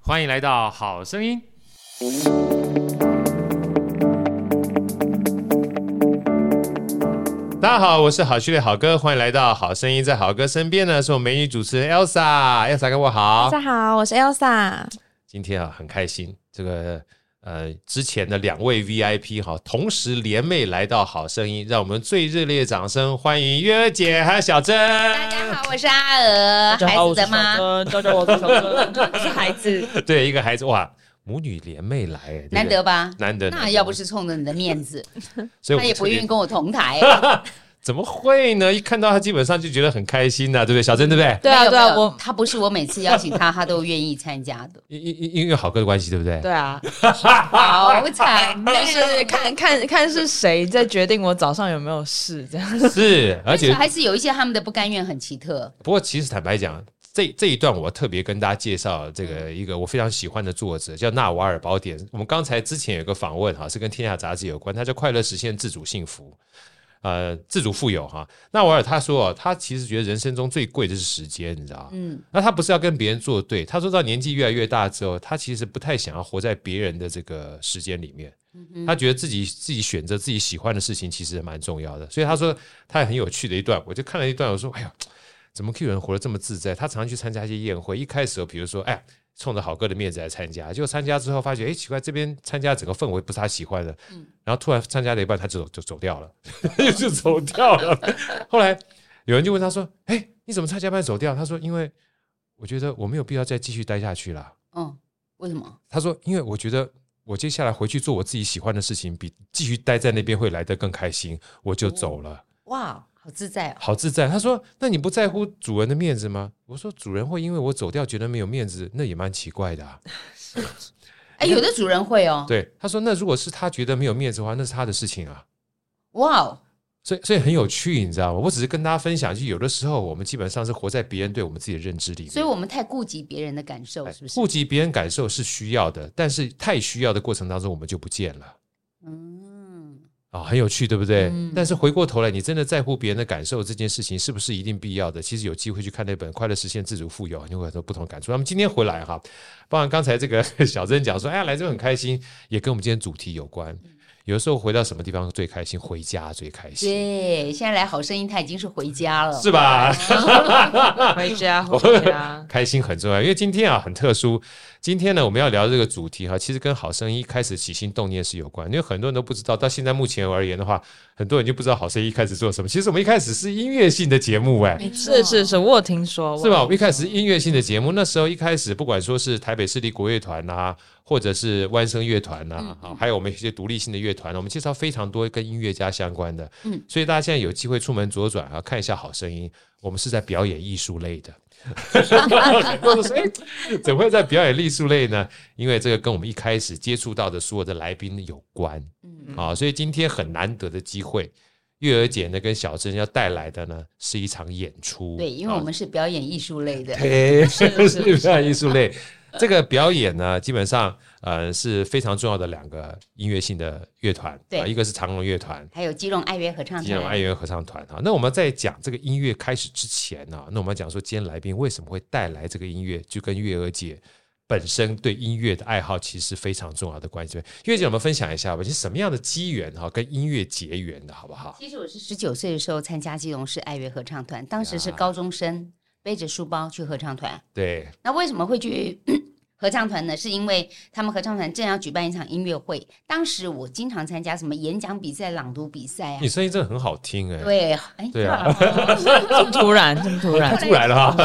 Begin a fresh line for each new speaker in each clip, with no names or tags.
欢迎来到《好声音》。大家好，我是好序列好哥，欢迎来到《好声音》。在好哥身边呢，是我们美女主持人 Elsa，Elsa 各位好
大。家好，我是 Elsa。
今天啊，很开心，这个呃，之前的两位 VIP 哈，同时联袂来到《好声音》，让我们最热烈的掌声欢迎月儿姐和小珍。
大家好，我是阿娥，
大家好，
孩
我
子
是
的
小
妈，
珍，大家好，我是小 珍。
是孩子，
对，一个孩子哇，母女联袂来，对不对
难得吧？
难得。难
那
得
要不，是冲着你的面子，
所以我
他
们
也不
特别
愿意跟我同台。
怎么会呢？一看到他，基本上就觉得很开心呐、对不对？小珍，对不对？
对啊
没有
对啊
没有
我
他不是我每次邀请他，他都愿意参加 的，
因因因因为好哥的关系，对不对？
对啊，
好惨。
但是看看看是谁在决定我早上有没有事，这样
是，而且
还是有一些他们的不甘愿很奇特，
不过其实坦白讲，这这一段我特别跟大家介绍这个一个我非常喜欢的作者，叫纳瓦尔宝典。我们刚才之前有个访问哈，是跟《天下》杂志有关，他叫《快乐实现自主幸福》。呃，自主富有哈，纳瓦尔他说，他其实觉得人生中最贵的是时间，你知道吗？
嗯，
那他不是要跟别人作对，他说到年纪越来越大之后，他其实不太想要活在别人的这个时间里面，他觉得自己自己选择自己喜欢的事情其实蛮重要的，所以他说他很有趣的一段，我就看了一段，我说哎呀，怎么可以有人活得这么自在？他常常去参加一些宴会，一开始比如说哎。冲着好哥的面子来参加，结果参加之后发觉，哎，奇怪，这边参加整个氛围不是他喜欢的，然后突然参加了一半，他就走就走掉了， 就走掉了。 后来有人就问他说：“哎，你怎么参加班走掉？”他说：“因为我觉得我没有必要再继续待下去了。
嗯，为什么？
他说，因为我觉得我接下来回去做我自己喜欢的事情，比继续待在那边会来得更开心，我就走了，
哇，好自在哦，
好自在。他说，那你不在乎主人的面子吗？我说，主人会因为我走掉觉得没有面子，那也蛮奇怪的、啊。
哎，有的主人会哦，
对，他说，那如果是他觉得没有面子的话，那是他的事情啊。
哇哦，
所以，所以很有趣，你知道吗？我只是跟大家分享，就有的时候我们基本上是活在别人对我们自己的认知里面。
所以我们太顾及别人的感受，是不是
顾？及别人感受是需要的，但是太需要的过程当中，我们就不见了。
嗯，
啊、很有趣，对不对？
嗯
但是回过头来，你真的在乎别人的感受这件事情，是不是一定必要的？其实有机会去看那本《快乐实现自主富有》，你会有很多不同的感触。那么今天回来哈，包含刚才这个 小珍讲说，哎呀，来这边很开心，也跟我们今天主题有关。有的时候回到什么地方最开心？回家最开心，
对，现在来好声音，他已经是回家了，
是吧？
回家回
。
家
开心很重要，因为今天啊很特殊。今天呢，我们要聊这个主题哈、其实跟好声音一开始起心动念是有关，因为很多人都不知道。到现在目前而言的话，很多人就不知道好声音一开始做什么。其实我们一开始是音乐性的节目、哎，
没错
是是是，我有听说，
是吧？我们一开始是音乐性的节目，那时候一开始不管说是台北市立国乐团呐、或者是万声乐团
嗯
呐、啊，还有我们一些独立性的乐团，我们介绍非常多跟音乐家相关的。
嗯，
所以大家现在有机会出门左转啊，看一下好声音，我们是在表演艺术类 的。很多人说：“哎、怎么会在表演艺术类呢？因为这个跟我们一开始接触到的所有的来宾有关。
嗯
啊，所以今天很难得的机会，月儿姐呢跟小珍要带来的呢是一场演出。啊
对，因为我们是表演艺术类的，
对，
是
是表演艺术类。这个表演呢，基本上呃是非常重要的两个音乐性的乐团，
对
啊一个是长隆乐团，
还有基隆爱乐合唱
基隆爱
团，
乐合唱团啊。那我们在讲这个音乐开始之前呢、那我们要讲说今天来宾为什么会带来这个音乐，就跟月儿姐本身对音乐的爱好其实非常重要的关系。月儿姐，我们分享一下吧，就是什么样的机缘哈、跟音乐结缘的好不好？
其实我是十九岁的时候参加基隆市爱乐合唱团，当时是高中生，背着书包去合唱团。
对，
那为什么会去 合唱团呢？是因为他们合唱团正要举办一场音乐会，当时我经常参加什么演讲比赛、朗读比赛啊
你。声音真的很好听哎、
对，哎，
对啊，
这么突然，这么突 然，
突然了哈、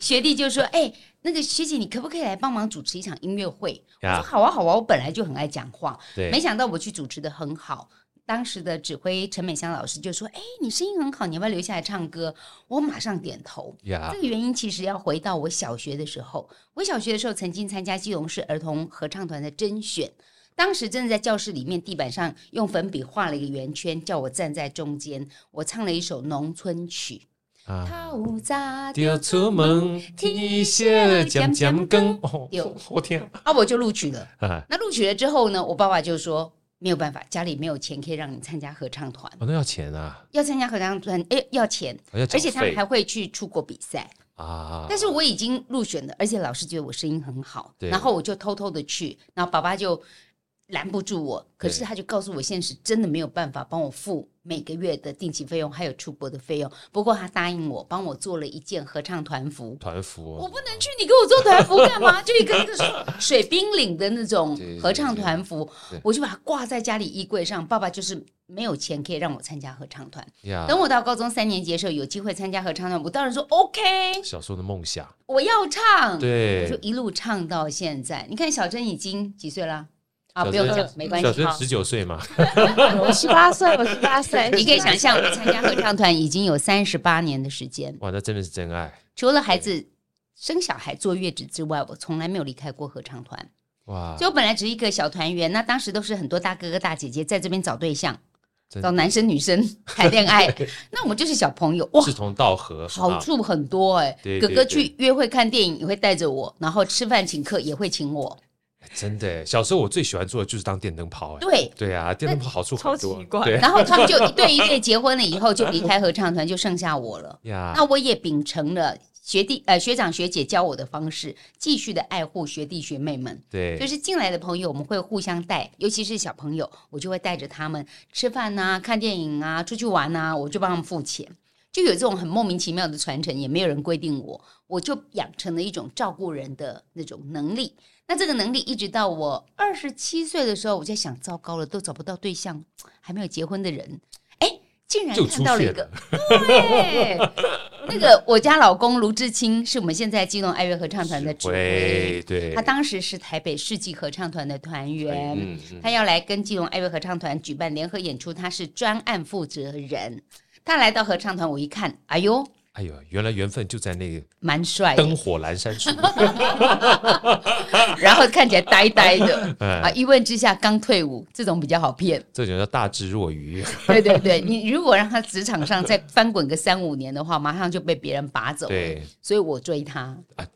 学弟就说：“哎，那个学姐，你可不可以来帮忙主持一场音乐会？”我
呀
说：“好啊，好啊，我本来就很爱讲话，
对，
没想到我去主持的很好。当时的指挥陈美香老师就说：“哎，你声音很好，你要不要留下来唱歌？”我马上点头。
呀
这个原因其实要回到我小学的时候。我小学的时候曾经参加基隆市儿童合唱团的甄选，当时真的在教室里面地板上用粉笔画了一个圆圈，叫我站在中间。我唱了一首农村曲，
啊。
头早
要出门，天色渐渐
啊
更。哦
有
我天啊
啊，我就录取了。
哎！
那录取了之后呢，我爸爸就说没有办法，家里没有钱可以让你参加合唱团，
哦，那要钱啊，
要参加合唱团，哎，要钱，
要
而且他们还
还
会去出国比赛。
啊，
但是我已经入选了，而且老师觉得我声音很好，
对
然后我就偷偷的去，然后爸爸就拦不住我，可是
对
他就告诉我，现实真的没有办法帮我付每个月的定期费用，还有出国的费用。不过他答应我，帮我做了一件合唱团服。
团服啊
我不能去，你给我做团服 干嘛？就一个那个水水冰领的那种
对对
合唱团服
对对，
我就把它挂在家里衣柜上。爸爸就是没有钱可以让我参加合唱团。
呀，
等我到高中三年级的时候，有机会参加合唱团，我当然说 OK，
小时候的梦想，
我要唱。嗯我就
对，
一路唱到现在。你看小珍已经几岁啦？啊，
小
不
珍
用讲，没关
小
系。
时候十九岁嘛，
我十八岁，我十八 岁，
你可以想象，我参加合唱团已经有三十八年的时间，
哇，那真的是真爱
除了孩子生小孩坐月子之外，我从来没有离开过合唱团。
哇
所以，我本来只是一个小团员，那当时都是很多大哥哥大姐姐在这边找对象，
真
找男生女生谈 恋爱。那我们就是小朋友，哇，
志同道合，
好
啊
处很多哎、
对
哥
对
哥
对
去约会看电影也会带着我，然后吃饭请客也会请我。
啊真的耶。小时候我最喜欢做的就是当电灯泡，哎，
对，
对啊，电灯泡好处很
超
多
奇，怪
对啊
然后他们就一对一对结婚了以后就离开合唱团，就剩下我 了。
呀
那，我也秉承了学弟呃学长学姐教我的方式，继续的爱护学弟学妹们。
对，
就是进来的朋友，我们会互相带，尤其是小朋友，我就会带着他们吃饭呐、看电影啊、出去玩呐、我就帮他们付钱。就有这种很莫名其妙的传承，也没有人规定我，我就养成了一种照顾人的那种能力。那这个能力一直到我二十七岁的时候，我在想，糟糕了，都找不到对象，还没有结婚的人，哎，竟然
就
看到了一
出
个，对， 那个我家老公卢志清是我们现在基隆爱乐合唱团的指挥，
会对，
他当时是台北世纪合唱团的团员，
嗯嗯
他要来跟基隆爱乐合唱团举办联合演出，他是专案负责人。他来到合唱团，我一看，哎呦，
哎呦，原来缘分就在那个
蛮帅的，
灯火阑珊 处，
然后看起来呆呆的啊。
哎，
一问之下，刚退伍，这种比较好 骗。
这种叫大智若愚，
对对对，你如果让他职场上再翻滚个三五年的话，马上就被别人拔走。，
对，
所以我追他
啊，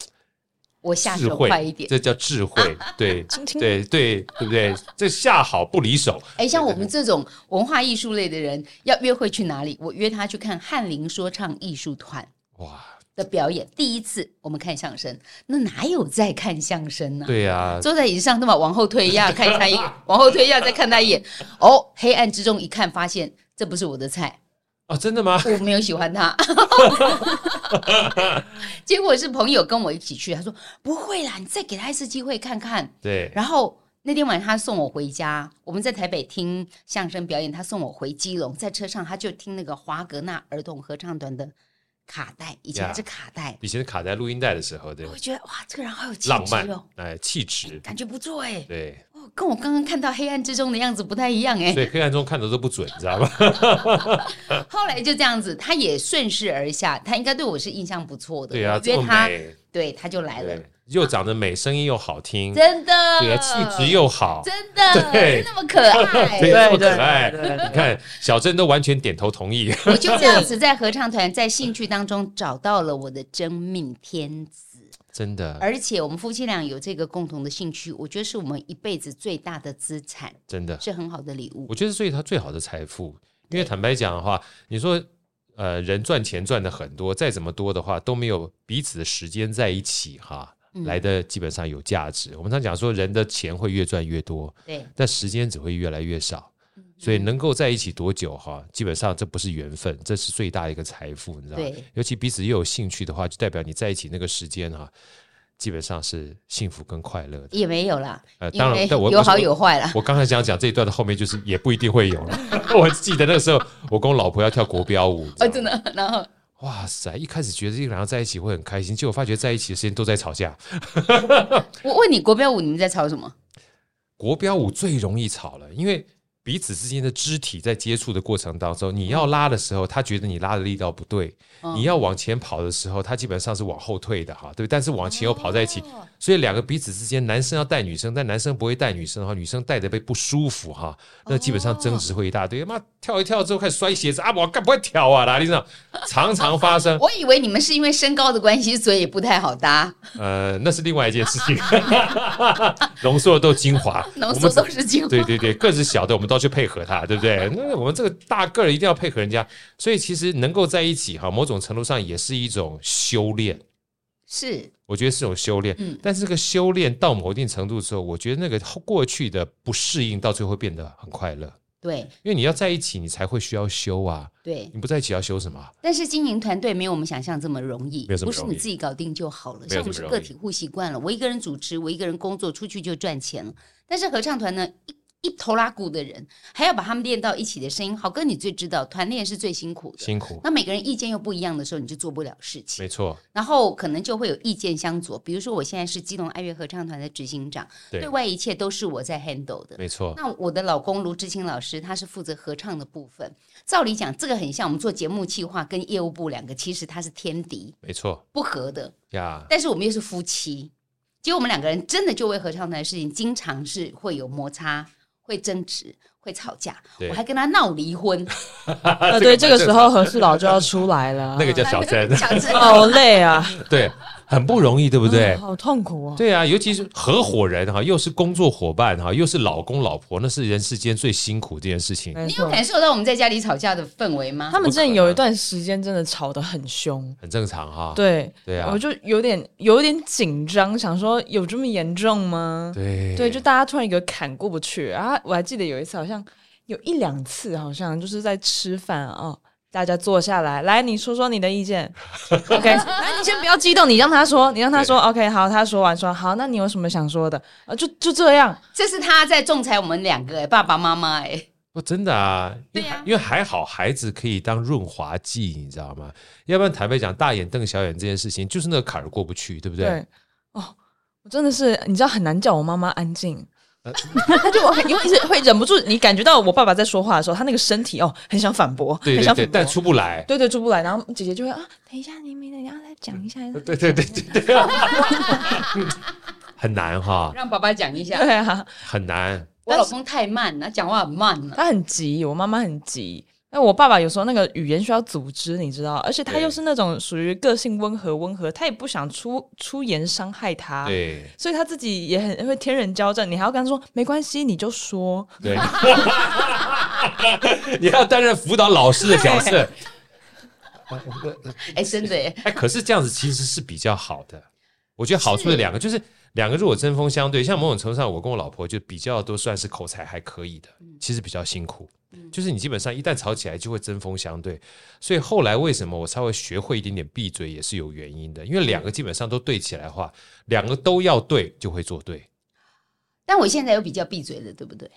我下
智
手
慧
快一点。
这叫智 慧，对
听听
对对对不对？这下好不离手，
哎，像我们这种文化艺术类的人，要约会去哪里？我约他去看翰林说唱艺术团
哇，
的表演。第一次我们看相声，那哪有在看相声呢、
对啊，
坐在椅子上，都把往后推一下，看他一眼，往后推一下，再看他一眼。哦，黑暗之中一看，发现这不是我的菜，
哦，真的吗？
我没有喜欢他。结果是朋友跟我一起去，他说不会啦，你再给他一次机会看看。
对，
然后那天晚上他送我回家，我们在台北听相声表演，他送我回基隆，在车上他就听那个华格纳儿童合唱团的卡带，以前
Yeah
是卡带，
以前卡在录音带的时候，对
我，觉得哇，这个人好有哦气
浪
质
漫
哦，，
哎，气质，
感觉不错哎，
对，
哦跟我刚刚看到黑暗之中的样子不太一样哎
所。以黑暗中看的都不准，你知 道吗？
后来就这样子，他也顺势而下，他应该对我是印象不错的，
对啊，
我
这
约
么
他，
美，
对他就来了
对，，又长得美，声音又好听，
真的，
对啊，气质又好，
真的，
对
真那么可 爱，
对这么可爱
对对对
你看小珍都完全点头同 意，
我就这样子在合唱团在兴趣当中找到了我的真命天子，
真的，
而且我们夫妻俩有这个共同的兴趣，我觉得是我们一辈子最大的资产，
真的，
是很好的礼物。
我觉得这是他最好的财富，因为坦白讲的话，你说。呃，人赚钱赚的很多，再怎么多的话都没有彼此的时间在一起哈，
嗯
来的基本上有价值。我们常讲说，人的钱会越赚越多，
对，
但时间只会越来越少，
嗯
所以能够在一起多久哈，基本上这不是缘分，这是最大一个财富，你知道吗
对？
尤其彼此又有兴趣的话，就代表你在一起那个时间哈，基本上是幸福跟快乐的。
也没有啦，
呃，
因
当
为
然，但我
有好。
我
有坏啦。
我刚才想讲这一段的后面就是也不一定会有了。 我记得那个时候，我跟我老婆要跳国标舞，
哦，
你知道
真
吗，
的，然后
哇塞！一开始觉得这个两个在一起会很开心，结果发觉在一起的时间都在吵架。
我问你，国标舞你们在吵什么？
国标舞最容易吵了，因为彼此之间的肢体在接触的过程当中，你要拉的时候，他觉得你拉的力道不对；
嗯。
你要往前跑的时候，他基本上是往后退的哈，对不对？但是往前又跑在一起，所以两个彼此之间，男生要带女生，但男生不会带女生的话，女生带的被不舒服哈，那基本上争执会一大堆。妈跳一跳之后开始摔鞋子啊，我干不会跳啊，哪里呢？常常发生
我以为你们是因为身高的关系，所以不太好搭，
呃，那是另外一件事情， 浓缩的都精华，
浓
我
缩
们
都是 精华。
对对对，个子小的我们都要去配合他，对不对？那我们这个大个儿一定要配合人家，所以其实能够在一起哈，某种程度上也是一种修炼，
是
我觉得是种修炼。
嗯
但是这个修炼到某一定程度之后，我觉得那个过去的不适应，到最后会变得很快乐，
对
因为你要在一起，你才会需要修啊。
对，
你不在一起要修什么啊？
但是经营团队没有我们想象这么容易，
没有这么
不是
容易
你自己搞定就好了。
没
像
有这么
我们是
容易
个体户习惯了，我一个人主持，我一个人工作，出去就赚钱了。但是合唱团呢，一一头拉鼓的人，还要把他们练到一起的声音。好哥，你最知道，团练是最辛苦的。
辛苦，
那每个人意见又不一样的时候，你就做不了事情。
没错，
然后可能就会有意见相左。比如说，我现在是基隆爱乐合唱团的执行长，
对
对外一切都是我在 handle 的。
没错，
那我的老公卢志清老师，他是负责合唱的部分。照理讲，这个很像我们做节目企划跟业务部两个，其实他是天敌
没错
不合的，
呀。
但是我们又是夫妻，结果我们两个人真的就为合唱团的事情，经常是会有摩擦、会争执、会吵架。
对
我还跟他闹离婚，，
啊，对，这个时候何事佬就要出来了，
那个叫小三
小 珍
好累啊，
对，很不容易，对不对
啊？好痛苦哦。
对啊，尤其是合伙人哈，又是工作伙伴哈，又是老公老婆，那是人世间最辛苦这件事情，
没
你有
错，
感受到我们在家里吵架的氛围吗？
他们
不
真
可能
的有一段时间真的吵得很凶。
很正常哈。
对，
对啊
我就有点有点紧张，想说有这么严重吗？
对
对，就大家突然有个坎过不去啊！我还记得有一次，好像有一两次，好像就是在吃饭啊、哦大家坐下来，来你说说你的 意见，OK？那你先不要激动，你让他说，你让他说，OK？好，他说完说好，那你有什么想说的？啊，就就这样，
这是他在仲裁我们两个、欸、爸爸妈妈哎，
不真的啊，因
对
为
啊
因为还好孩子可以当润滑剂，你知道吗？要不然坦白讲，大眼瞪小眼这件事情，就是那个坎儿过不去，对不对？
哦，我真的是，你知道很难叫我妈妈安静。
呃
他就我因为是会忍不住，你感觉到我爸爸在说话的时候，他那个身体哦，很想反驳，
对
很
对
想
对，
反驳
但，出不来。
对对，出不来。然后姐姐就会啊，等一下，你们等一下再讲一下。
呃对对对对 对，很难哈，
让爸爸讲一 下。
对啊，
很难。
我老公太慢了，讲话很慢了。
他很急，我妈妈很急。那我爸爸有时候那个语言需要组织，你知道，而且他
对
又是那种属于个性温和温和，他也不想出出言伤害他，
对
所以他自己也很会天人交战。你还要跟他说没关系，你就说，
对， 你要担任辅导老师的角色。
哎，真的耶，
哎，可是这样子其实是比较好的。我觉得好处是两个，就是两个如果针锋相对，像某种程度上，我跟我老婆就比较都算是口才还可以的，其实比较辛苦。就是你基本上一旦吵起来就会针锋相对，所以后来为什么我稍微学会一点点闭嘴也是有原因的，因为两个基本上都对起来的话，两个都要对就会做对，
但我现在有比较闭嘴了，对不对？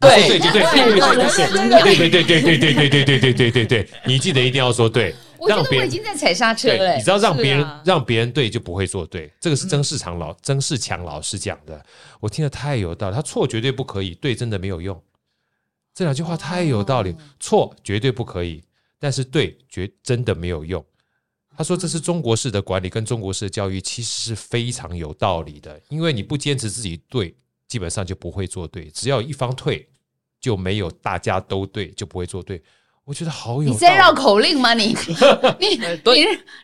说对就对，对对对对对对对对对对对对对对，你记得一定要说对，
我觉
让
得
别
我已
人
经在踩刹车了哎
对，你
耶
知。道让
是
别人、
啊
让别人对就不会做对，这个是曾世强老、曾世强老师讲的，我听得太有道理。他错绝对不可以，对真的没有用。这两句话太有道理，错绝对不可以，但是对绝真的没有用。他说这是中国式的管理跟中国式的教育其实是非常有道理的，因为你不坚持自己对，基本上就不会做对，只要一方退，就没有大家都对，就不会做对。我觉得好有
你
道理。
在绕口令吗？你 你你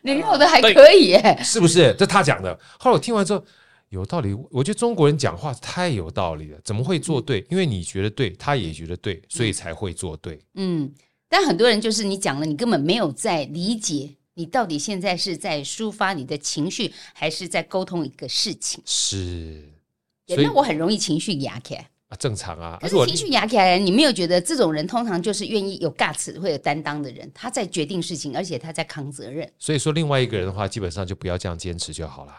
你绕的还
对
可以哎 耶。
是不是？这他讲的。后来我听完之后有道理，我觉得中国人讲话太有道理了，怎么会做
嗯
对？因为你觉得对，他也觉得对，所以才会做对。
嗯，但很多人就是你讲了，你根本没有在理解，你到底现在是在抒发你的情绪，还是在沟通一个事情？
是，所以
那我很容易情绪压起来。
啊正常啊。
可
如果
是情绪压起来，你没有觉得这种人通常就是愿意有 guts 会有担当的人，他在决定事情，而且他在扛责任，
所以说另外一个人的话，基本上就不要这样坚持就好了，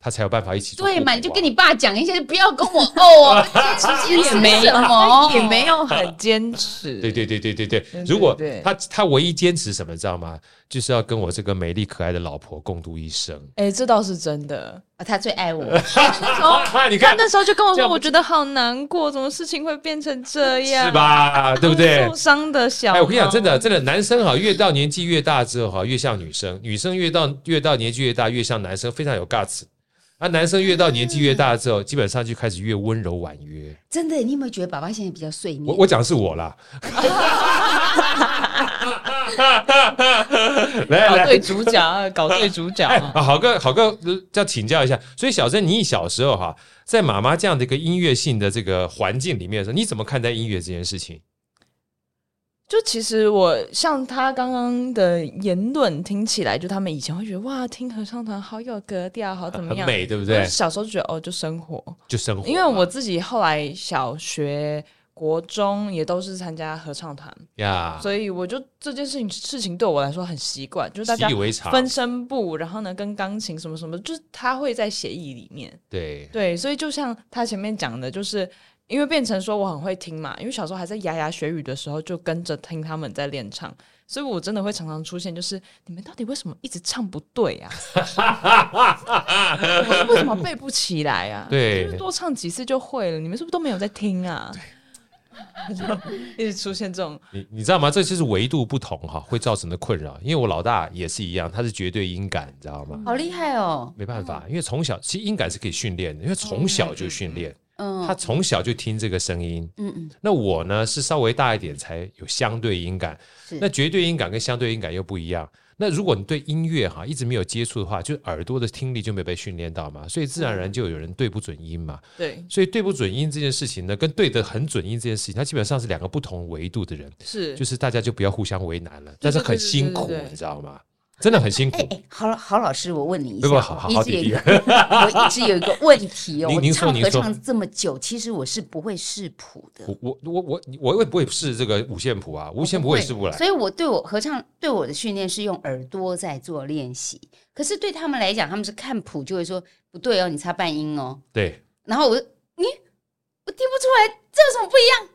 他才有办法一起做互补啊。
对嘛？你就跟你爸讲一下，就不要跟我哦，哦，坚持
也
坚
没
持什么？哦
也没有很坚持，
对对对对对对
对，
如果
对
他他唯一坚持什么，你知道吗？就是要跟我这个美丽可爱的老婆共度一生。
哎、这倒是真的。
啊他最爱我，哦
你
他
看
那时候就跟我
这
说，
样不
我觉得好难过，怎么事情会变成这样？
是？吧？对不对
受？伤的小，
哎，我跟你讲，真，的，真的，男生哈，越到年纪越大之后哈，越像女生；女生越到越到年纪越大，越像男生，非常有 guts。啊，男生越到年纪越大之后，基本上就开始越温柔婉约。
真的，你有没有觉得爸爸现在比较碎
我
念？
我讲的是我啦。 来
搞
来，
对主角啊，搞对主角
哎
啊，
啊好哥，好哥，呃要请教一下。所以小珍，你小时候哈、在妈妈这样的一个音乐性的这个环境里面的时候，你怎么看待音乐这件事情？
就其实我像他刚刚的言论听起来，就他们以前会觉得哇，听合唱团好有格调，好怎么
很
样？
美，对不
我
对？
小时候就觉得哦，就生活，
就生活嘛，
因为我自己后来小学、国中也都是参加合唱团，
呀，
所以我就这件事情事情对我来说很习惯，就是大
习
家
以为常，
分声部，然后呢跟钢琴什么什么，就是他会在协议里面。
对
对，所以就像他前面讲的，就是因为变成说我很会听嘛，因为小时候还在牙牙学语的时候，就跟着听他们在练唱，所以我真的会常常出现，就是你们到底为什么一直唱不对 啊？你们为什么背不起来啊？
对
就是多唱几次就会了，你们是不是都没有在听啊？就 一直出现这种，
你你知道吗？这就是维度不同哈，会造成的困扰。因为我老大也是一样，他是绝对音感，你知道吗？
好厉害哦，
没办法，因为从小其实音感是可以训练的，因为从小就训练，
嗯
他从小就听这个声音。
嗯嗯，
那我呢是稍微大一点才有相对音感，
是
那绝对音感跟相对音感又不一样。那如果你对音乐哈一直没有接触的话，就是耳朵的听力就没有被训练到嘛，所以自然而然就有人对不准音嘛。
对，
所以对不准音这件事情呢，跟对的很准音这件事情，它基本上是两个不同维度的人，
是，
就是是大家就不要互相为难了，但是很辛苦
对对对对，对
你知道吗？真的很辛苦
哎。哎，好老好老师，我问你一
不不，
下，
好好
一
好
直有
弟
一
弟
个，我一直有一个问题哦，
您
我
您说
唱
您
合
说
唱这么久，其实我是不会视谱的，
我我我我我会不会是这个五线谱啊？五线谱我也试不来。
所以我对我合唱对我的训练是用耳朵在做练习，可是对他们来讲，他们是看谱就会说不对哦，你差半音哦。
对，
然后我就你我听不出来，这有什么不一样？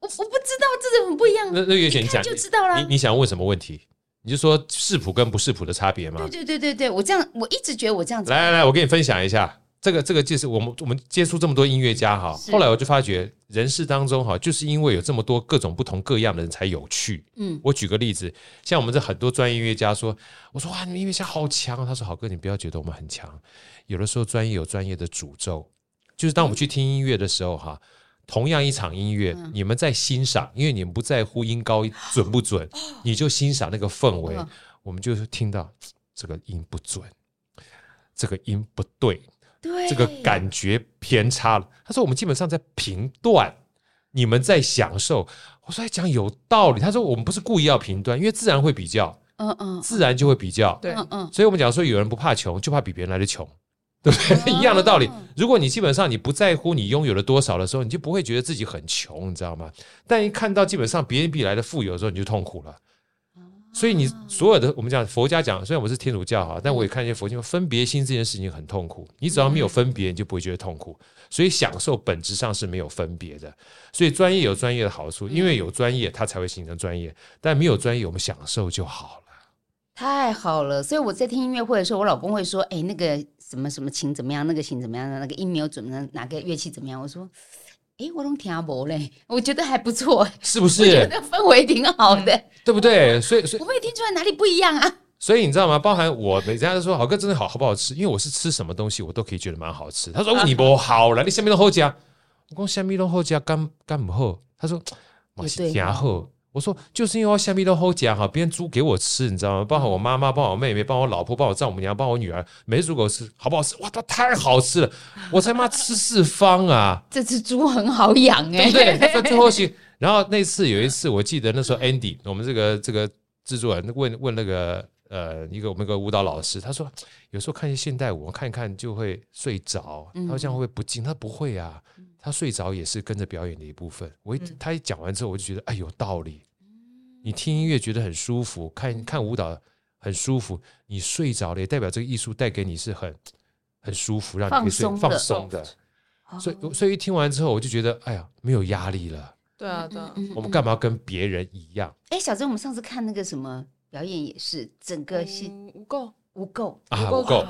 我我不知道这有什么不一样，
那那月姐你
看
讲，
就知道啦。
你你想问什么问题？你就说视谱跟不视谱的差别吗
对？对对对对，我这样我一直觉得我这样子
来来来，我跟你分享一下，这个这个就是我们我们接触这么多音乐家哈，
是
后来我就发觉人世当中哈，就是因为有这么多各种不同各样的人才有趣。
嗯
我举个例子，像我们这很多专业音乐家说，我说哇，你们音乐家好强、啊，他说好哥，你不要觉得我们很强，有的时候专业有专业的诅咒，就是
嗯
当我们去听音乐的时候哈。同样一场音乐，你们在欣赏，因为你们不在乎音高准不准，你就欣赏那个氛围
嗯。
我们就是听到这个音不准，这个音不对，
对
这个感觉偏差了。他说我们基本上在评断，你们在享受。我说哎，讲有道理。他说我们不是故意要评断，因为自然会比较，
嗯嗯
自然就会比较。
对
嗯嗯
所以我们讲说有人不怕穷，就怕比别人来的穷。对不对？一样的道理。如果你基本上你不在乎你拥有了多少的时候，你就不会觉得自己很穷，你知道吗？但一看到基本上别人比来的富有的时候，你就痛苦了。所以你所有的我们讲佛家讲，虽然我是天主教哈，但我也看一些佛经，分别心这件事情很痛苦。你只要没有分别，你就不会觉得痛苦。所以享受本质上是没有分别的。所以专业有专业的好处，因为有专业它才会形成专业，但没有专业我们享受就好了。
太好了，所以我在听音乐会的时候，我老公会说：“哎，那个什么什么琴怎么样？那个琴怎么样？那个音没有准，哪哪个乐器怎么样？”我说：“哎，我都听不嘞，我觉得还不错，
是不
我觉
是？
得氛围挺好的，
对不对？所以所以
我会听出来哪里不一样啊。
所以你知道吗？包含我，每家都说好哥真的好好不好吃，因为我是吃什么东西我都可以觉得蛮好吃。他说、哦你不好了，你下面都后加，我讲下面都后加干干不后，他说我是
对
加后。我说就是因为下面都后加哈，别人煮给我吃，你知道吗？包含我妈妈，包含我妹妹，包含我老婆，包含我丈母娘，包含我女儿，每次煮给我吃，好不好吃？哇，它太好吃了，我才妈吃四方啊！
这只猪很好养
对不
哎、
对？在最后去，然后那次有一次，我记得那时候 Andy，我们这个这个制作人问问那个呃一个我们一个舞蹈老师，他说有时候看一些现代舞，我看一看就会睡着，他说这样会不会不敬？他说不会啊，他睡着也是跟着表演的一部分。我一他一讲完之后，我就觉得哎有道理。你听音乐觉得很舒服，看看舞蹈很舒服，你睡着了也代表这个艺术带给你是很很舒服，让你可以睡
放松
放
的
松的。
哦
所以所以一听完之后，我就觉得，哎呀，没有压力了。
对啊，对啊，
嗯
我们干嘛要跟别人一样
哎、小珍，我们上次看那个什么表演也是，整个是
嗯不够，
无垢，
啊？
不
不够，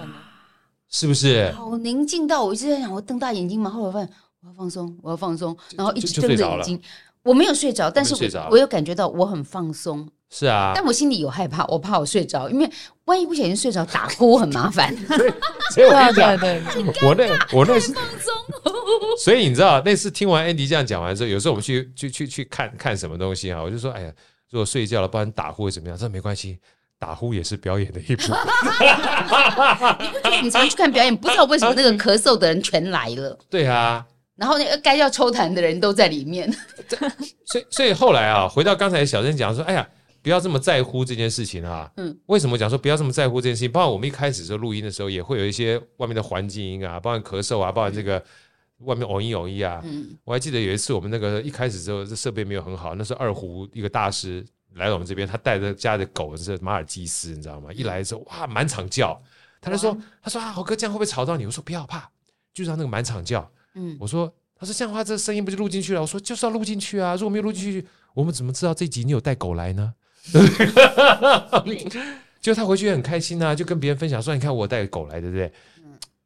是不是？
好宁静到我一直在想，我瞪大眼睛嘛，后来我发现我要放松，我要放松，然后一直
就就
瞪
睡
着
着
眼
了
睛。我没有睡着，但是
睡着
我我有感觉到我很放松，
是啊
但，我心里有害怕，我怕我睡着，因为万一不小心睡着打呼很 麻烦。
所以我
对
跟
啊，
你
对啊
讲，嗯
对啊，
我那我那是 所以你知道，那次听完 Andy 这样讲完之后，有时候我们去去去去看看什么东西啊，我就说，哎呀，如果睡觉了，不然打呼会怎么样？他说没关系，打呼也是表演的一部 分。
你常去看表演，不知道为什么那个咳嗽的人全来了，
对啊，
然后那个该要抽痰的人都在里面。
所以所以后来啊，回到刚才小郑讲说，哎呀，不要这么在乎这件事情啊。
嗯，
为什么讲说不要这么在乎这件事情？包括我们一开始时候录音的时候，也会有一些外面的环境音啊，包含咳嗽啊，包含这个外面偶一偶一啊。
嗯，
我还记得有一次我们那个一开始之后，这设备没有很好，那是二胡一个大师来到我们这边，他带着家里的狗是马尔济斯，你知道吗？
嗯
一来之后哇，满场叫，他就说，他说啊，豪哥这样会不会吵到你？我说不要怕，就让那个满场叫。
嗯
我说，他说这样的话，这声音不就录进去了？我说就是要录进去啊，如果没有录进去，我们怎么知道这集你有带狗来呢？ 结果他回去也很开心啊，就跟别人分享说，你看我带狗来，对不对？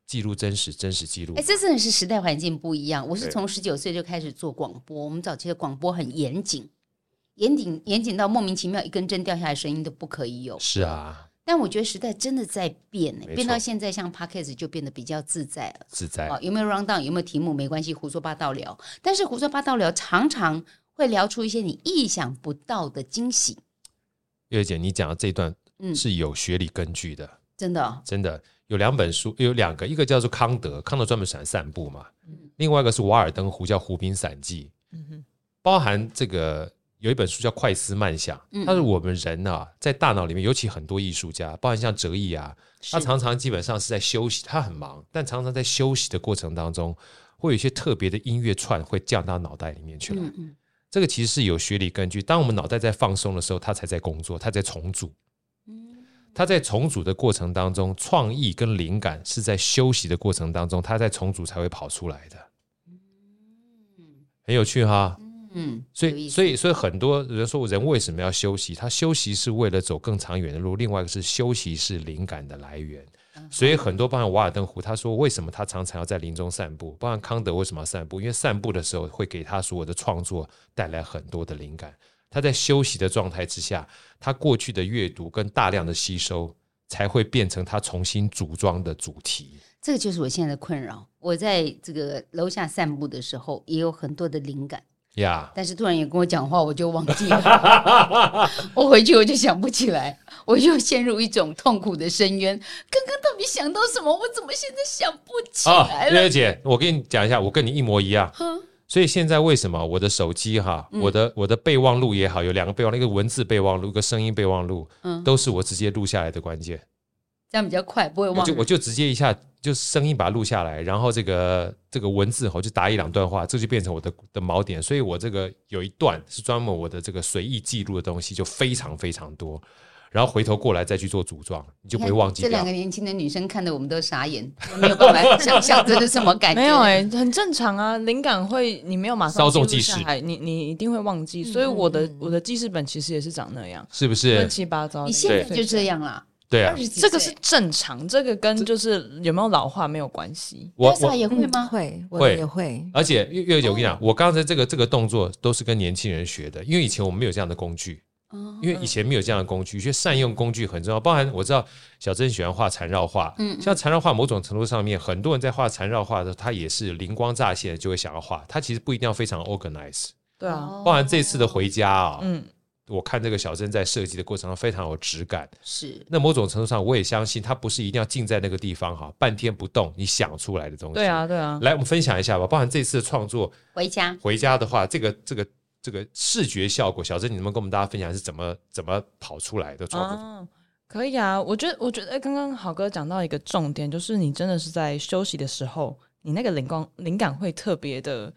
记录真实，真实记录
哎，。这真的是时代环境不一样。我是
对
从十九岁就开始做广播，我们早期的广播很严谨，严谨严谨到莫名其妙一根针掉下来声音都不可以有。
是啊，
但我觉得时代真的在变、欸，
错哎
变到现在像 podcast 就变得比较自在了。
自在
哦，有没有 round down，有没有题目没关系，胡说八道聊。但是胡说八道聊常常会聊出一些你意想不到的惊喜。
月姐，你讲的这段
嗯，
是有学理根据的，
真的哦、
真的有两本书，有两个，一个叫做康德，康德专门散散步嘛，
嗯
另外一个是瓦尔登湖叫《湖滨散记》，
嗯哼
包含这个有一本书叫《快思慢想》
嗯，
它是我们人啊在大脑里面，尤其很多艺术家，包含像哲毅啊，他常常基本上是在休息，他很忙，但常常在休息的过程当中，会有一些特别的音乐串会降到脑袋里面去了。
嗯嗯
这个其实是有学理根据。当我们脑袋在放松的时候，它才在工作，它在重组。
嗯
它在重组的过程当中，创意跟灵感是在休息的过程当中，它在重组才会跑出来的。很有趣哈。
嗯，
所
有意
以，
思
所以，所以很多人说，人为什么要休息？他休息是为了走更长远的路。另外一个是休息是灵感的来源。
嗯
所以很多，包含瓦尔登湖，他说为什么他常常要在林中散步？包含康德为什么要散步？因为散步的时候会给他所有的创作带来很多的灵感。他在休息的状态之下，他过去的阅读跟大量的吸收，才会变成他重新组装的主题。
这个就是我现在的困扰。我在这个楼下散步的时候，也有很多的灵感，
呀、
但是突然有跟我讲话，我就忘记了。 我回去我就想不起来，我又陷入一种痛苦的深渊。刚刚到底想到什么？我怎么现在想不起
啊，
来了？
月姐，我跟你讲一下，我跟你一模一样。
哼嗯
所以现在为什么我的手机哈，我的我的备忘录也好，有两个备忘录，一个文字备忘录，一个声音备忘录，
嗯
都是我直接录下来的关键。
这样比较快，不会
我
忘
就
了。
我就直接一下就声音把它录下来，然后这个这个文字我就打一两段话，这就变成我的的锚点。所以我这个有一段是专门我的这个随意记录的东西，就非常非常多。然后回头过来再去做组装，你就不会忘记
哎这
掉
两个。年轻的女生看得我们都傻眼，我没有办法想象这是什么感觉。
没有哎、很正常啊。灵感会你没有马上
稍纵
记录
即
下
逝
来，你你一定会忘
嗯
记。所以我的我的记事本其实也是长那样，
是不
乱
是？
七八糟的。
你现在就这样啦。
对啊
二，十几岁
这个是正常，这个跟就是有没有老化没有关系。
我我
Elsa 也会
嗯
吗？
会，我
会
也会。
而且月月姐，我跟你讲，我刚才这个这个动作都是跟年轻人学的，因为以前我们没有这样的工具，
哦
因为以前没有这样的工具，所以善用工具很重要。包含我知道小珍喜欢画缠绕画，嗯，像缠绕画某种程度上面，很多人在画缠绕画的时候，他也是灵光乍现就会想要画，他其实不一定要非常 organize。
对啊，
哦
包含这次的回家啊、
嗯，
我看这个小珍在设计的过程中非常有质感，
是
那某种程度上我也相信，他不是一定要静在那个地方哈，半天不动，你想出来的东西。
对，啊，对啊。
来我们分享一下吧，包含这次的创作。
回家
回家的话，这个这个这个视觉效果，小郑，你能不能跟我们大家分享是怎么怎么跑出来的创作？
啊，可以啊，我觉得，我觉得刚刚好哥讲到一个重点，就是你真的是在休息的时候，你那个灵光灵感会特别的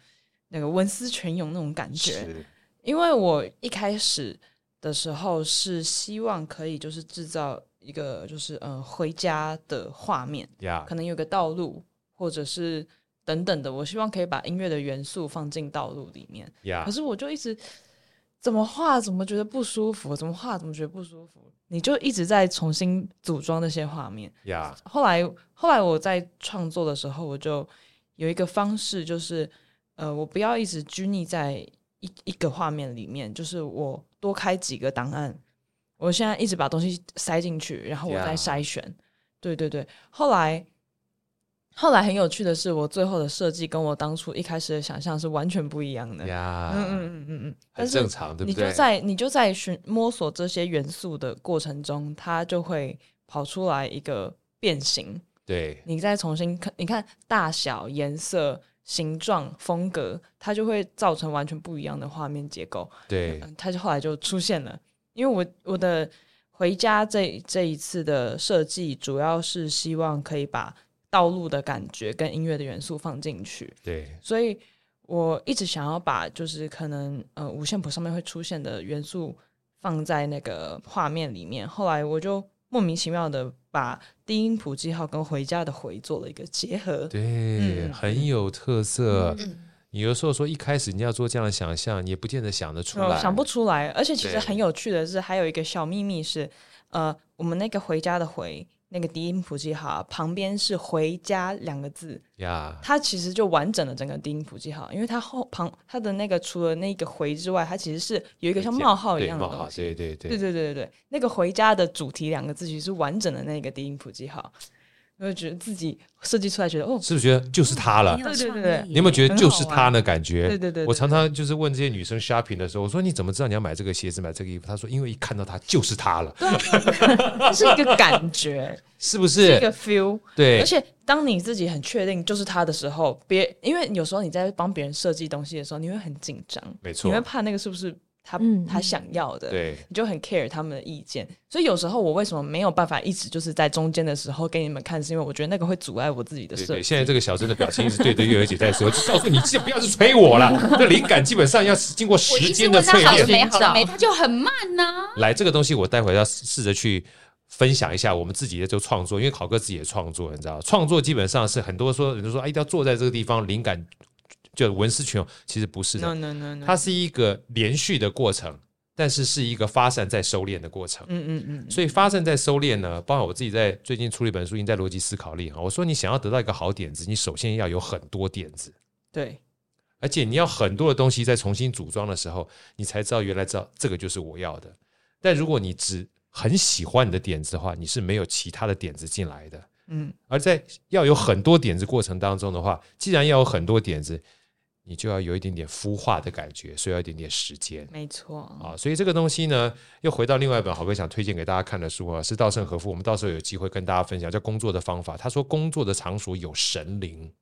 那个文思泉涌那种感觉。
是
因为我一开始的时候是希望可以就是制造一个就是呃回家的画面，
呀
可能有个道路或者是等等的，我希望可以把音乐的元素放进道路里面。
呀
可，是我就一直怎么画怎么觉得不舒服，怎么画怎么觉得不舒服，你就一直在重新组装那些画面。
呀，
后来后来我在创作的时候，我就有一个方式，就是呃，我不要一直拘泥在一一个画面里面，就是我多开几个档案。我现在一直把东西塞进去，然后我再
Yeah
筛选。对对对，后来。后来很有趣的是，我最后的设计跟我当初一开始的想象是完全不一样的。
呀，
嗯嗯嗯嗯嗯，
啊
但
很
是
正常，对
你
不
就
对？
在你就在寻摸索这些元素的过程中，它就会跑出来一个变形。
对
你再重新看，你看大小、颜色、形状、风格，它就会造成完全不一样的画面结构。
对，
嗯，它就后来就出现了。因为我我的回家这这一次的设计，主要是希望可以把道路的感觉跟音乐的元素放进去，
对，
所以我一直想要把就是可能呃五线谱上面会出现的元素放在那个画面里面。后来我就莫名其妙的把低音谱记号跟回家的回做了一个结合。
对，
嗯
很有特色。你有时候说一开始你要做这样的想象，你也不见得想得出
哦
来，
想不出来。而且其
对
实很有趣的是，还有一个小秘密是，呃，我们那个回家的回那个低音谱记号啊旁边是“回家”两个字，
呀。
它其实就完整了整个低音谱记号，因为它后旁它的那个除了那个“回”之外，它其实是有一个像冒号一
对
样的
冒号
东，西。
对对
对
对，
对对对对，那个“回家”的主题两个字其实是完整的那个低音谱记号，我就觉得自己设计出来觉得哦，
是不是觉得就是它了？
对
对对对
你有没有觉得
嗯很
就
好
是
玩
它呢？感觉？
对对对
我
对
常常就是问这些女生 shopping 的时候，我说你怎么知道你要买这个鞋子、买这个衣服？她说因为一看到它就是它了，
它是一个感 觉，
是不
是一
是？
个 feel。
对
而，且当你自己很确定就是他的时候，别因为有时候你在帮别人设计东西的时候，你会很紧张，
没错
你会怕那个是不是他、
嗯
他想要的，，
对，
你就很 care 他们的意见。所以有时候我为什么没有办法一直就是在中间的时候给你们看，是因为我觉得那个会阻碍我自己的
对
设
对，
计。
现在这个小珍的表情一直对着月儿姐在 说，就告诉你，这不要是催我了。这灵感基本上要经过
我
时
一直
间
问
的
他
淬
好了
炼。
没，好了没，他就很慢呐、
来，这个东西我待会要试着去分享一下我们自己的这个创作，因为考哥自己也创作，你知道，创作基本上是很多说，人家说哎，一定要坐在这个地方，灵感就文思泉涌，其实不是的
no，no no no，
它是一个连续的过程，但是是一个发散再收敛的过程。
嗯嗯嗯，
所以发散再收敛呢，包括我自己在最近出了一本书《赢在逻辑思考力》哈，我说你想要得到一个好点子，你首先要有很多点子，
对，
而且你要很多的东西再重新组装的时候，你才知道原来知道这个就是我要的。但如果你只很喜欢你的点子的话，你是没有其他的点子进来的。
嗯，
而在要有很多点子过程当中的话，既然要有很多点子，你就要有一点点孵化的感觉，所以要一点点时间。
没错，
啊，所以这个东西呢，又回到另外一本好哥想推荐给大家看的书啊，是稻盛和夫。我们到时候有机会跟大家分享叫《工作的方法》。他说，工作的场所有神灵，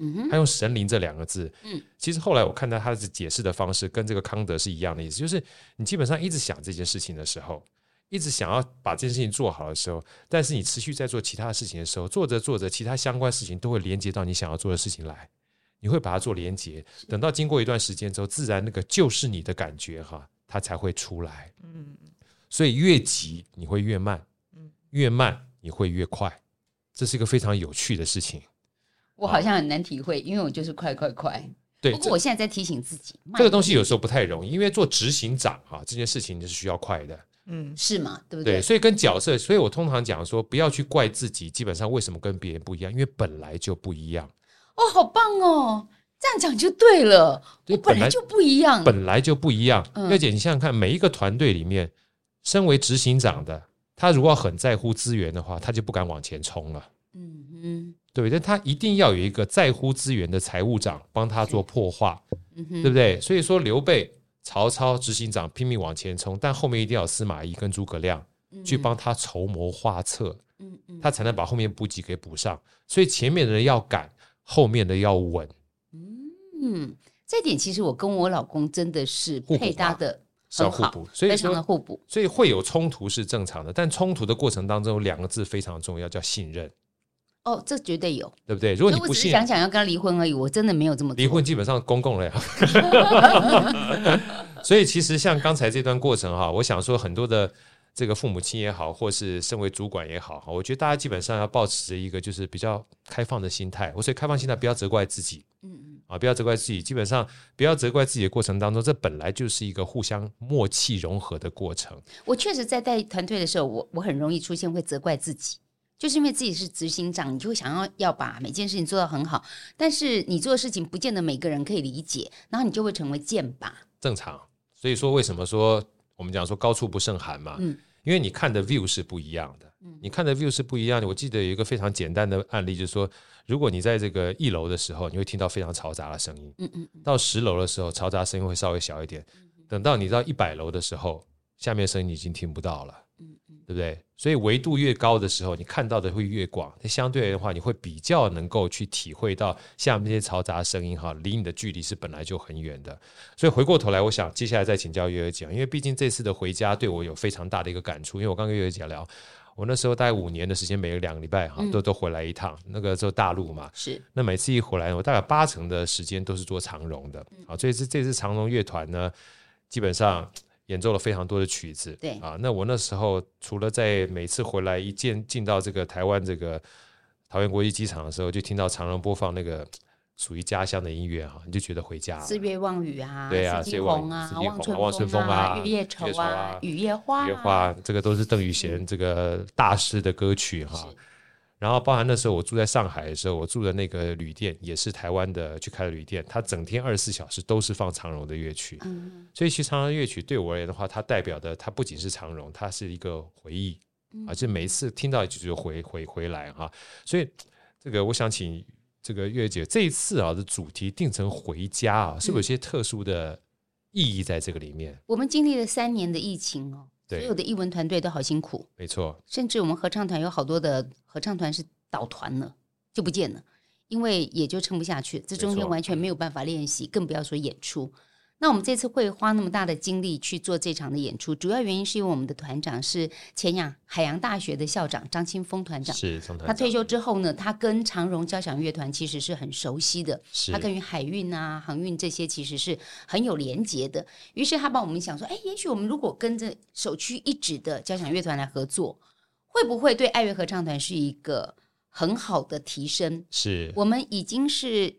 嗯哼，
他用“神灵”这两个字。
嗯，
其实后来我看到他的解释的方式跟这个康德是一样的意思，就是你基本上一直想这件事情的时候，一直想要把这件事情做好的时候，但是你持续在做其他的事情的时候，做着做着，其他相关事情都会连接到你想要做的事情来。你会把它做连接，等到经过一段时间之后，自然那个就是你的感觉哈，它才会出来。
嗯，
所以越急你会越慢
嗯，
越慢你会越快，这是一个非常有趣的事情。
我好像很难体会，因为我就是快快快。
对，
不
这
过我现在在提醒自己，慢
这个东西有时候不太容易，因为做执行长啊，这件事情就是需要快的。
嗯，
是嘛，对不
对，？所以跟角色，所以我通常讲说，不要去怪自己，基本上为什么跟别人不一样，因为本来就不一样，
哦，好棒哦，这样讲就对了。
对
我本
本来
来就不一样，
本来就不一样。
嗯
月姐，你想想看，每一个团队里面，身为执行长的，他如果很在乎资源的话，他就不敢往前冲了。
嗯嗯
对不对？但他一定要有一个在乎资源的财务长帮他做破化，
嗯
对
哼，
不对？所以说刘备、曹操执行长拼命往前冲，但后面一定要有司马懿跟诸葛亮去帮他筹谋划策，
嗯嗯
他才能把后面补给给补上。所以前面的人要赶，后面的要稳，
嗯，这点其实我跟我老公真的是
互补
配搭
嘛
的
是要
很
互
好
补，。所以
非常的
说，
互补。
所以会有冲突是正常的，但冲突的过程当中有两个字非常重要，叫信任，
哦，这绝对有。
对不对？如果
所以
你
我
不
只是
信
想
任，
想要跟他离婚而已，我真的没有这么
离
做。
婚基本上公共了 呀。所以其实像刚才这段过程哈，我想说很多的这个父母亲也好，或是身为主管也好，我觉得大家基本上要保持着一个就是比较开放的心态。我所以开放心态，不要责怪自己
嗯
啊，不要责怪自己，基本上不要责怪自己的过程当中，这本来就是一个互相默契融合的过程。
嗯，我确实在带团队的时候，我我很容易出现会责怪自己，就是因为自己是执行长，你就会想要要把每件事情做到很好，但是你做的事情不见得每个人可以理解，然后你就会成为剑靶。
正常。所以说，为什么说我们讲说高处不胜寒嘛？
嗯
因为你看的 view 是不一样的，你看的 view 是不一样的。我记得有一个非常简单的案例，就是说，如果你在这个一楼的时候，你会听到非常嘈杂的声音；
嗯嗯，
到十楼的时候，嘈杂声音会稍微小
嗯
一点；等到你到一百楼的时候，下面声音你已经听不到了，对不对？所以维度越高的时候，你看到的会越广。那相对的话，你会比较能够去体会到下面这些嘈杂声音哈，离你的距离是本来就很远的。所以回过头来，我想接下来再请教月儿姐，啊因为毕竟这次的回家对我有非常大的一个感触。因为我刚跟月儿姐聊，我那时候大概五年的时间，每个两个礼拜哈都都回来一趟，那个时候大陆嘛，
是
那每次一回来，我大概八成的时间都是做长荣的。好、所以这这次长荣乐团呢，基本上演奏了非常多的曲子。
对
啊，那我那时候除了在每次回来一见进到这个台湾这个桃园国际机场的时候，就听到长荣播放那个属于家乡的音乐哈、你就觉得回家了。
四月望雨啊，
对啊
四
四
季
月望雨
红啊
四，季红啊
春
望春风啊
月夜
月
愁
愁啊
啊，雨夜花啊，
野花，这个都是邓宇贤这个大师的歌曲哈
是。
然后包含那时候我住在上海的时候，我住的那个旅店也是台湾的去开的旅店，它整天二十四小时都是放长荣的乐曲，
嗯，
所以其实长荣乐曲对我而言的话，它代表的它不仅是长荣，它是一个回忆，
嗯
而且每一次听到就就回回回来哈。所以这个我想请这个月姐这一次啊的主题定成回家
嗯
啊，是不是有些特殊的意义在这个里面？
我们经历了三年的疫情哦，所
对
有的艺文团队都好辛苦，
没错，
甚至我们合唱团有好多的合唱团是倒团了，就不见了，因为也就撑不下去，这中
没
间
错
完全没有办法练习，更不要说演出。那我们这次会花那么大的精力去做这场的演出，主要原因是因为我们的团长是前亚海洋大学的校长张清峰团长，
是张团
他
长
退休之后呢，他跟长荣交响乐团其实是很熟悉的，
是
它跟于海运啊、航运这些其实是很有连结的。于是他帮我们想说，哎，也许我们如果跟着首屈一指的交响乐团来合作，会不会对爱乐合唱团是一个很好的提升？
是
我们已经是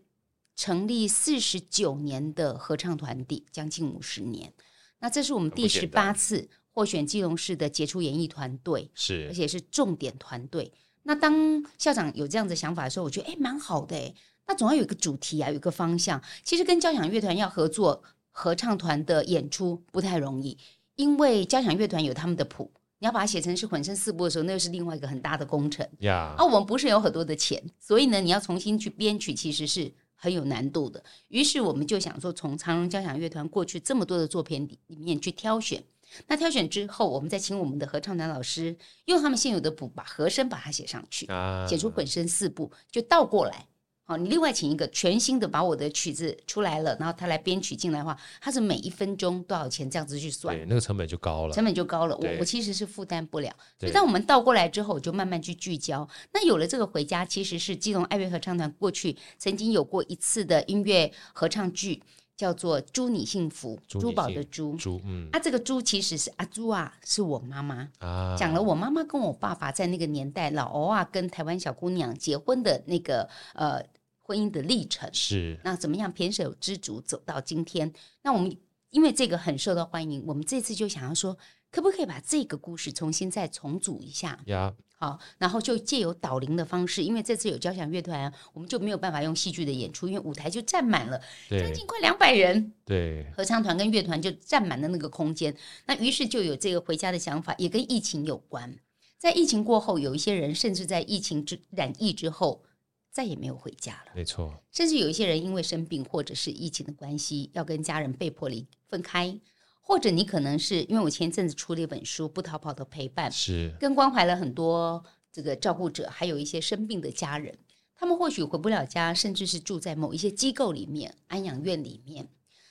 成立四十九年的合唱团体，将近五十年。那这是我们第
不
十
简
八
单
次获选基隆市的杰出演艺团队。
是
而且是重点团队。那当校长有这样的想法的时候，我觉得哎，诶蛮好的哎。那总要有一个主题啊，有一个方向。其实跟交响乐团要合作合唱团的演出不太容易，因为交响乐团有他们的谱，你要把它写成是混声四部的时候，那又是另外一个很大的工程。
呀
啊，，我们不是有很多的钱，所以呢，你要重新去编曲，其实是很有难度的。于是我们就想说，从长荣交响乐团过去这么多的作品里里面去挑选。那挑选之后，我们再请我们的合唱团老师用他们现有的谱，把和声把它写上去，
啊
写出本身四部，就倒过来。好，你另外请一个全新的把我的曲子出来了，然后他来编曲进来的话，他是每一分钟多少钱这样子去算
对，那个成本就高了
成。本就高了，我
对
我其实是负担不了。所
对
以当我们倒过来之后，我就慢慢去聚焦。那有了这个回家，其实是基隆爱乐合唱团过去曾经有过一次的音乐合唱剧，叫做《祝你幸福》，
祝你
珠宝
幸
的珠。
猪，嗯
啊，这个珠其实是阿珠啊，是我妈妈。
啊，
讲了我妈妈跟我爸爸在那个年代，老欧啊跟台湾小姑娘结婚的那个呃婚姻的历程。
是
那怎么样胼手知足走到今天？那我们因为这个很受到欢迎，我们这次就想要说，可不可以把这个故事重新再重组一下？
呀，
好，然后就借由导聆的方式，因为这次有交响乐团，我们就没有办法用戏剧的演出，因为舞台就占满了，将
对
近快两百人，
对
合唱团跟乐团就占满了那个空间。那于是就有这个回家的想法，也跟疫情有关。在疫情过后，有一些人甚至在疫情之染疫之后，再也没有回家了。
没错，
甚至有一些人因为生病或者是疫情的关系，要跟家人被迫离分开，或者你可能是因为我前一阵子出了一本书《不逃跑的陪伴》，
是
更关怀了很多这个照顾者，还有一些生病的家人，他们或许回不了家，甚至是住在某一些机构里面、安养院里面。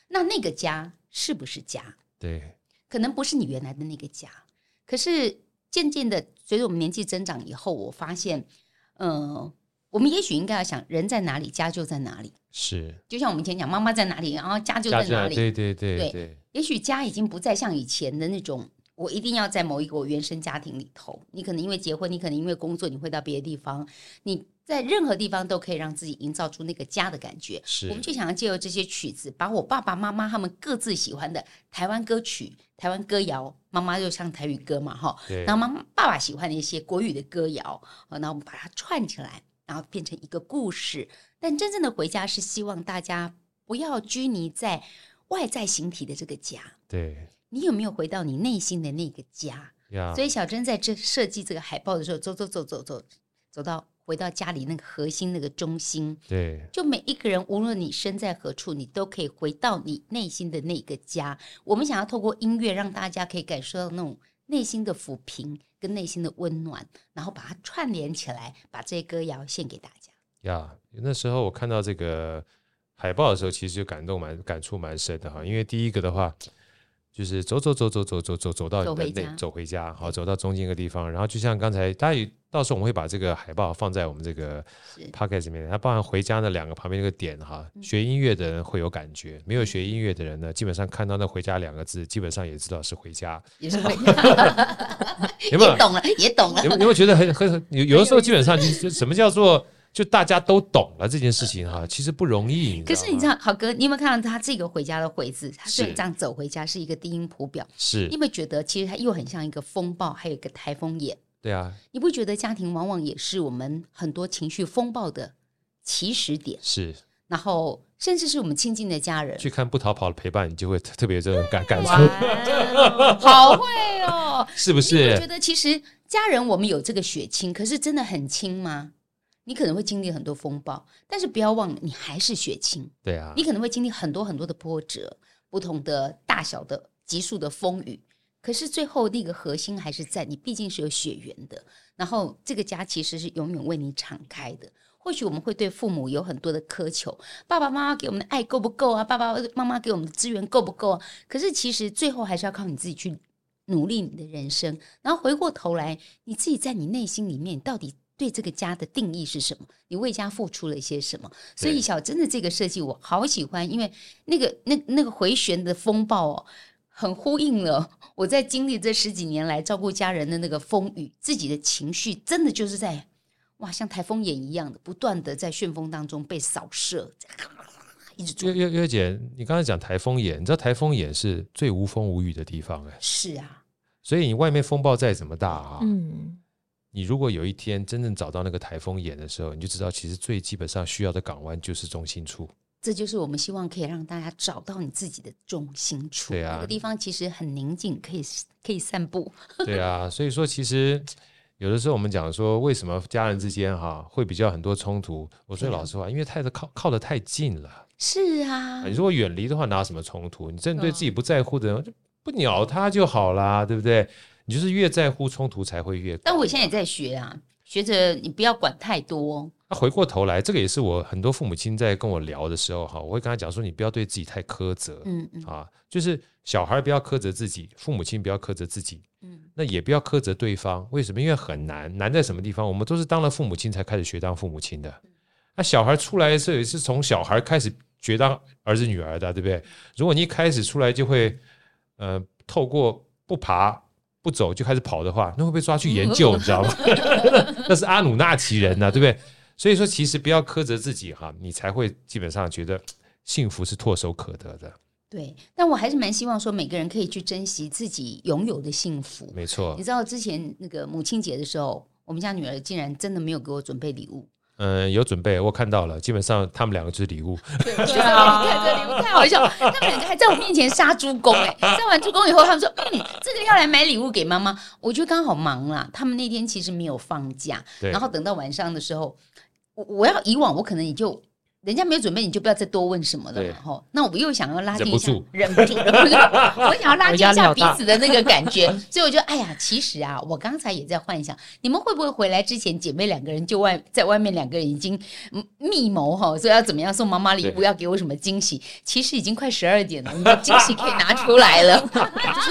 那那个家是不是家？
对
可能不是你原来的那个家。可是渐渐的，随着我们年纪增长以后，我发现，呃，我们也许应该要想，人在哪里，家就在哪里。
是
就像我们以前讲，妈妈在哪里，然后家就在
家
哪里。
对对对
对
对，
也许家已经不再像以前的那种，我一定要在某一个我原生家庭里头。你可能因为结婚，你可能因为工作，你会到别的地方，你在任何地方都可以让自己营造出那个家的感觉。
是
我们就想要借由这些曲子，把我爸爸妈妈他们各自喜欢的台湾歌曲、台湾歌谣，妈妈就唱台语歌嘛，哈，
对
然后妈妈爸爸喜欢的一些国语的歌谣，呃那我们把它串起来，然后变成一个故事。但真正的回家是希望大家不要拘泥在外在形体的这个家，
对
你有没有回到你内心的那个家？
呀，
所以小珍在这设计这个海报的时候，走走走走走，走到回到家里那个核心那个中心，
对
就每一个人，无论你身在何处，你都可以回到你内心的那个家。我们想要透过音乐让大家可以感受到那种内心的抚平跟内心的温暖，然后把它串联起来，把这些歌谣献给大家。
呀那时候我看到这个海报的时候，其实就感动蛮感触蛮深的哈。因为第一个的话，就是走走走走走走走走到
走
你的
回
内
家
走回家，好走到中间一个地方，然后就像刚才大家也到时候我们会把这个海报放在我们这个
是嗯
p o c k e t 里面，它包含回家的两个旁边那个点哈。学音乐的人会有感觉，没有学音乐的人呢，基本上看到那“回家”两个字，基本上也知道是回 家，
也是会，
有没有
也？懂了，也懂了
有。没有有没有觉得很很有有的时候基本上就是什么叫做就大家都懂了这件事情哈，其实不容易。
可是你知
道吗
道，豪哥，你有没有看到他这个“回家”的“回”字？他虽然
是
这样走回家是一个低音谱表，你有
是，
没有觉得其实它又很像一个风暴，还有一个台风眼？
对啊，
你不觉得家庭往往也是我们很多情绪风暴的起始点？
是
然后，甚至是我们亲近的家人，
去看不逃跑的陪伴，你就会特特别有这种感感触，
哇，
好会哦！
是不
你有
是
觉？得其实家人我们有这个血亲，可是真的很亲吗？你可能会经历很多风暴，但是不要忘了，你还是血亲，
对啊
你，可能会经历很多很多的波折，不同的大小的级数的风雨。可是最后那个核心还是在你，毕竟是有血缘的。然后这个家其实是永远为你敞开的。或许我们会对父母有很多的苛求，爸爸妈妈给我们的爱够不够啊？爸爸妈妈给我们的资源够不够啊？可是其实最后还是要靠你自己去努力你的人生，然后回过头来，你自己在你内心里面到底对这个家的定义是什么？你为家付出了些什么？所以
对
小珍的这个设计我好喜欢，因为那个那那个回旋的风暴哦，很呼应了我在经历这十几年来照顾家人的那个风雨，自己的情绪真的就是在哇，像台风眼一样的不断的在旋风当中被扫射，一直
月
做。
月月姐，你刚才讲台风眼，你知道台风眼是最无风无雨的地方哎，
是啊，
所以你外面风暴再怎么大啊，
嗯，
你如果有一天真正找到那个台风眼的时候，你就知道其实最基本上需要的港湾就是中心处。
这就是我们希望可以让大家找到你自己的中心处。
对啊
那个地方其实很宁静，可以可以散步。
对啊，所以说其实有的时候我们讲说，为什么家人之间哈、会比较很多冲突？我说
对啊
老实话，因为太靠靠得太近了。
是啊
你，如果远离的话，哪有什么冲突？你真的对
嗯
自己不在乎的人，就不鸟他就好啦，对不对？你就是越在乎，冲突才会越高。
但我现在也在学啊，学着你不要管太多。
那回过头来，这个也是我很多父母亲在跟我聊的时候哈，我会跟他讲说，你不要对自己太苛责。
嗯嗯
啊，就是小孩不要苛责自己，父母亲不要苛责自己，
嗯，
那也不要苛责对方。为什么？因为很难，难在什么地方？我们都是当了父母亲才开始学当父母亲的。
嗯
那小孩出来的时候也是从小孩开始学当儿子女儿的，啊对不
嗯
对？如果你一开始出来就会，呃，透过不爬不走就开始跑的话，那会被抓去研究，你知道吗？ 那是阿努纳奇人啊呐、对不对？所以说，其实不要苛责自己哈，你才会基本上觉得幸福是唾手可得的，
对。但我还是蛮希望说，每个人可以去珍惜自己拥有的幸福。
没错
你。知道之前那个母亲节的时候，我们家女儿竟然真的没有给我准备礼物，
嗯，有准备，我看到了，基本上他们两个就是礼物。
对
就是
啊
我看这礼物太好笑了，他们两个还在我面前杀猪公哎、杀完猪公以后，他们说嗯，这个要来买礼物给妈妈。我就刚好忙啦，他们那天其实没有放假，
对，
然后等到晚上的时候，我我要以往我可能也就。人家没有准备，你就不要再多问什么了
对
嘛。吼，那我又想要拉近一下
忍不住，
忍不住，忍不住， 我想要拉近一下
我压力
彼
好大
此的那个感觉，所以我就哎呀，其实啊，我刚才也在幻想，你们会不会回来之前，姐妹两个人就外在外面两个人已经嗯密谋哈，说要怎么样送妈妈礼物，
对
要给我什么惊喜？其实已经快十二点了，你的惊喜可以拿出来了，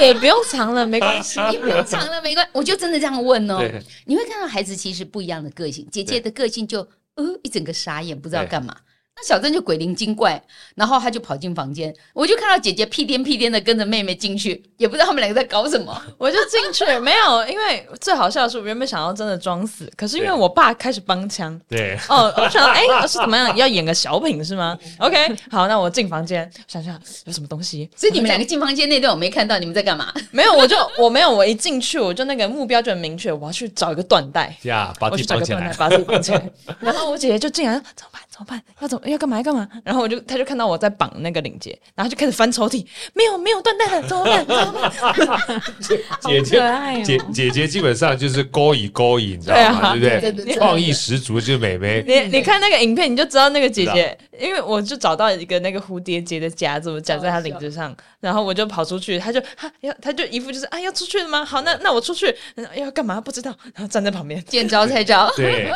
也不用藏了，没关系。
你不用藏了，没关，我就真的这样问哦。
对
你会看到孩子其实不一样的个性，姐姐的个性就呃一整个傻眼，不知道
对
干嘛。那小珍就鬼灵精怪，然后她就跑进房间，我就看到姐姐屁颠屁颠的跟着妹妹进去，也不知道他们两个在搞 什么。
我就进去，没有，因为最好笑的是，我原本想要真的装死，可是因为
对啊
我爸开始帮腔，
对，
哦，我想，哎、是怎么样？要演个小品是吗？OK，好，那我进房间想想有什么东西。
所以你们两个进房间那段我没看到你们在干嘛，
没有，我就我没有，我一进去我就那个目标就很明确，我要去找一个缎带。
呀，把
我
自
去
己
找
绑
个
起
缎带
来。
把自己绑起来，然后我姐姐就进来，怎么办？怎么办？要怎么？哎要干嘛要干嘛，然后我就他就看到我在绑那个领结，然后就开始翻抽屉，没有没有断带了，怎么办？怎么办？
姐
好可
姐
爱哦
姐姐姐基本上就是勾引勾引，你知道吗？
对啊
对
对
不
对
对？
对
创意十足就是美眉，
你你看那个影片，你就知道那个姐姐，因为我就找到一个那个蝴蝶结的夹子，我夹在她领子上，然后我就跑出去，她就哈要，她就一副就是啊要出去了吗？好，那那我出去嗯要干嘛？不知道，然后站在旁边，
见招拆招，
对，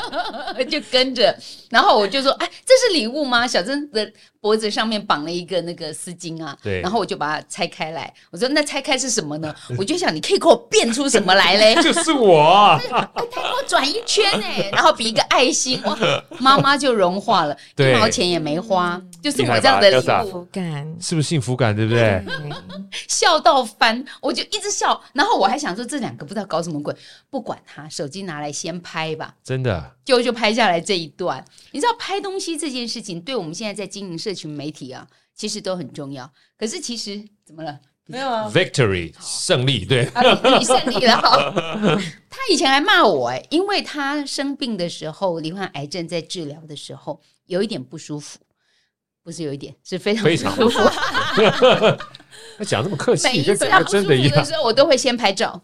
就跟着。然后我就说：“哎，这是礼物吗？”小珍的脖子上面绑了一个那个丝巾啊，
对
然后我就把它拆开来，我说：“那拆开是什 么呢？”我就想你可以给我变出什么来嘞？
就是我。
哎我转一圈 哎、然后比一个爱心，哇，妈妈就融化了，
对
一毛钱也没花，就是
厉害
我
吧
这样的礼
Elsa
物，
不敢。
是不是幸福感，对不对？
笑到翻，我就一直笑，然后我还想说这两个不知道搞什么鬼，不管他，手机拿来先拍吧。
真的，
就就拍下来这一段。你知道拍东西这件事情，对我们现在在经营社群媒体啊，其实都很重要。可是其实怎么了？
没有啊，
victory 胜利，对
啊，你你胜利了哈。 他以前还骂我哎、因为他生病的时候，罹患癌症，在治疗的时候有一点不舒服，不是有一点，是非常
非常
不舒服。
他讲那么客
每
气，
一
跟
次
讲
他
个
不舒
真
服
的一
的
样。
时候，我都会先拍照。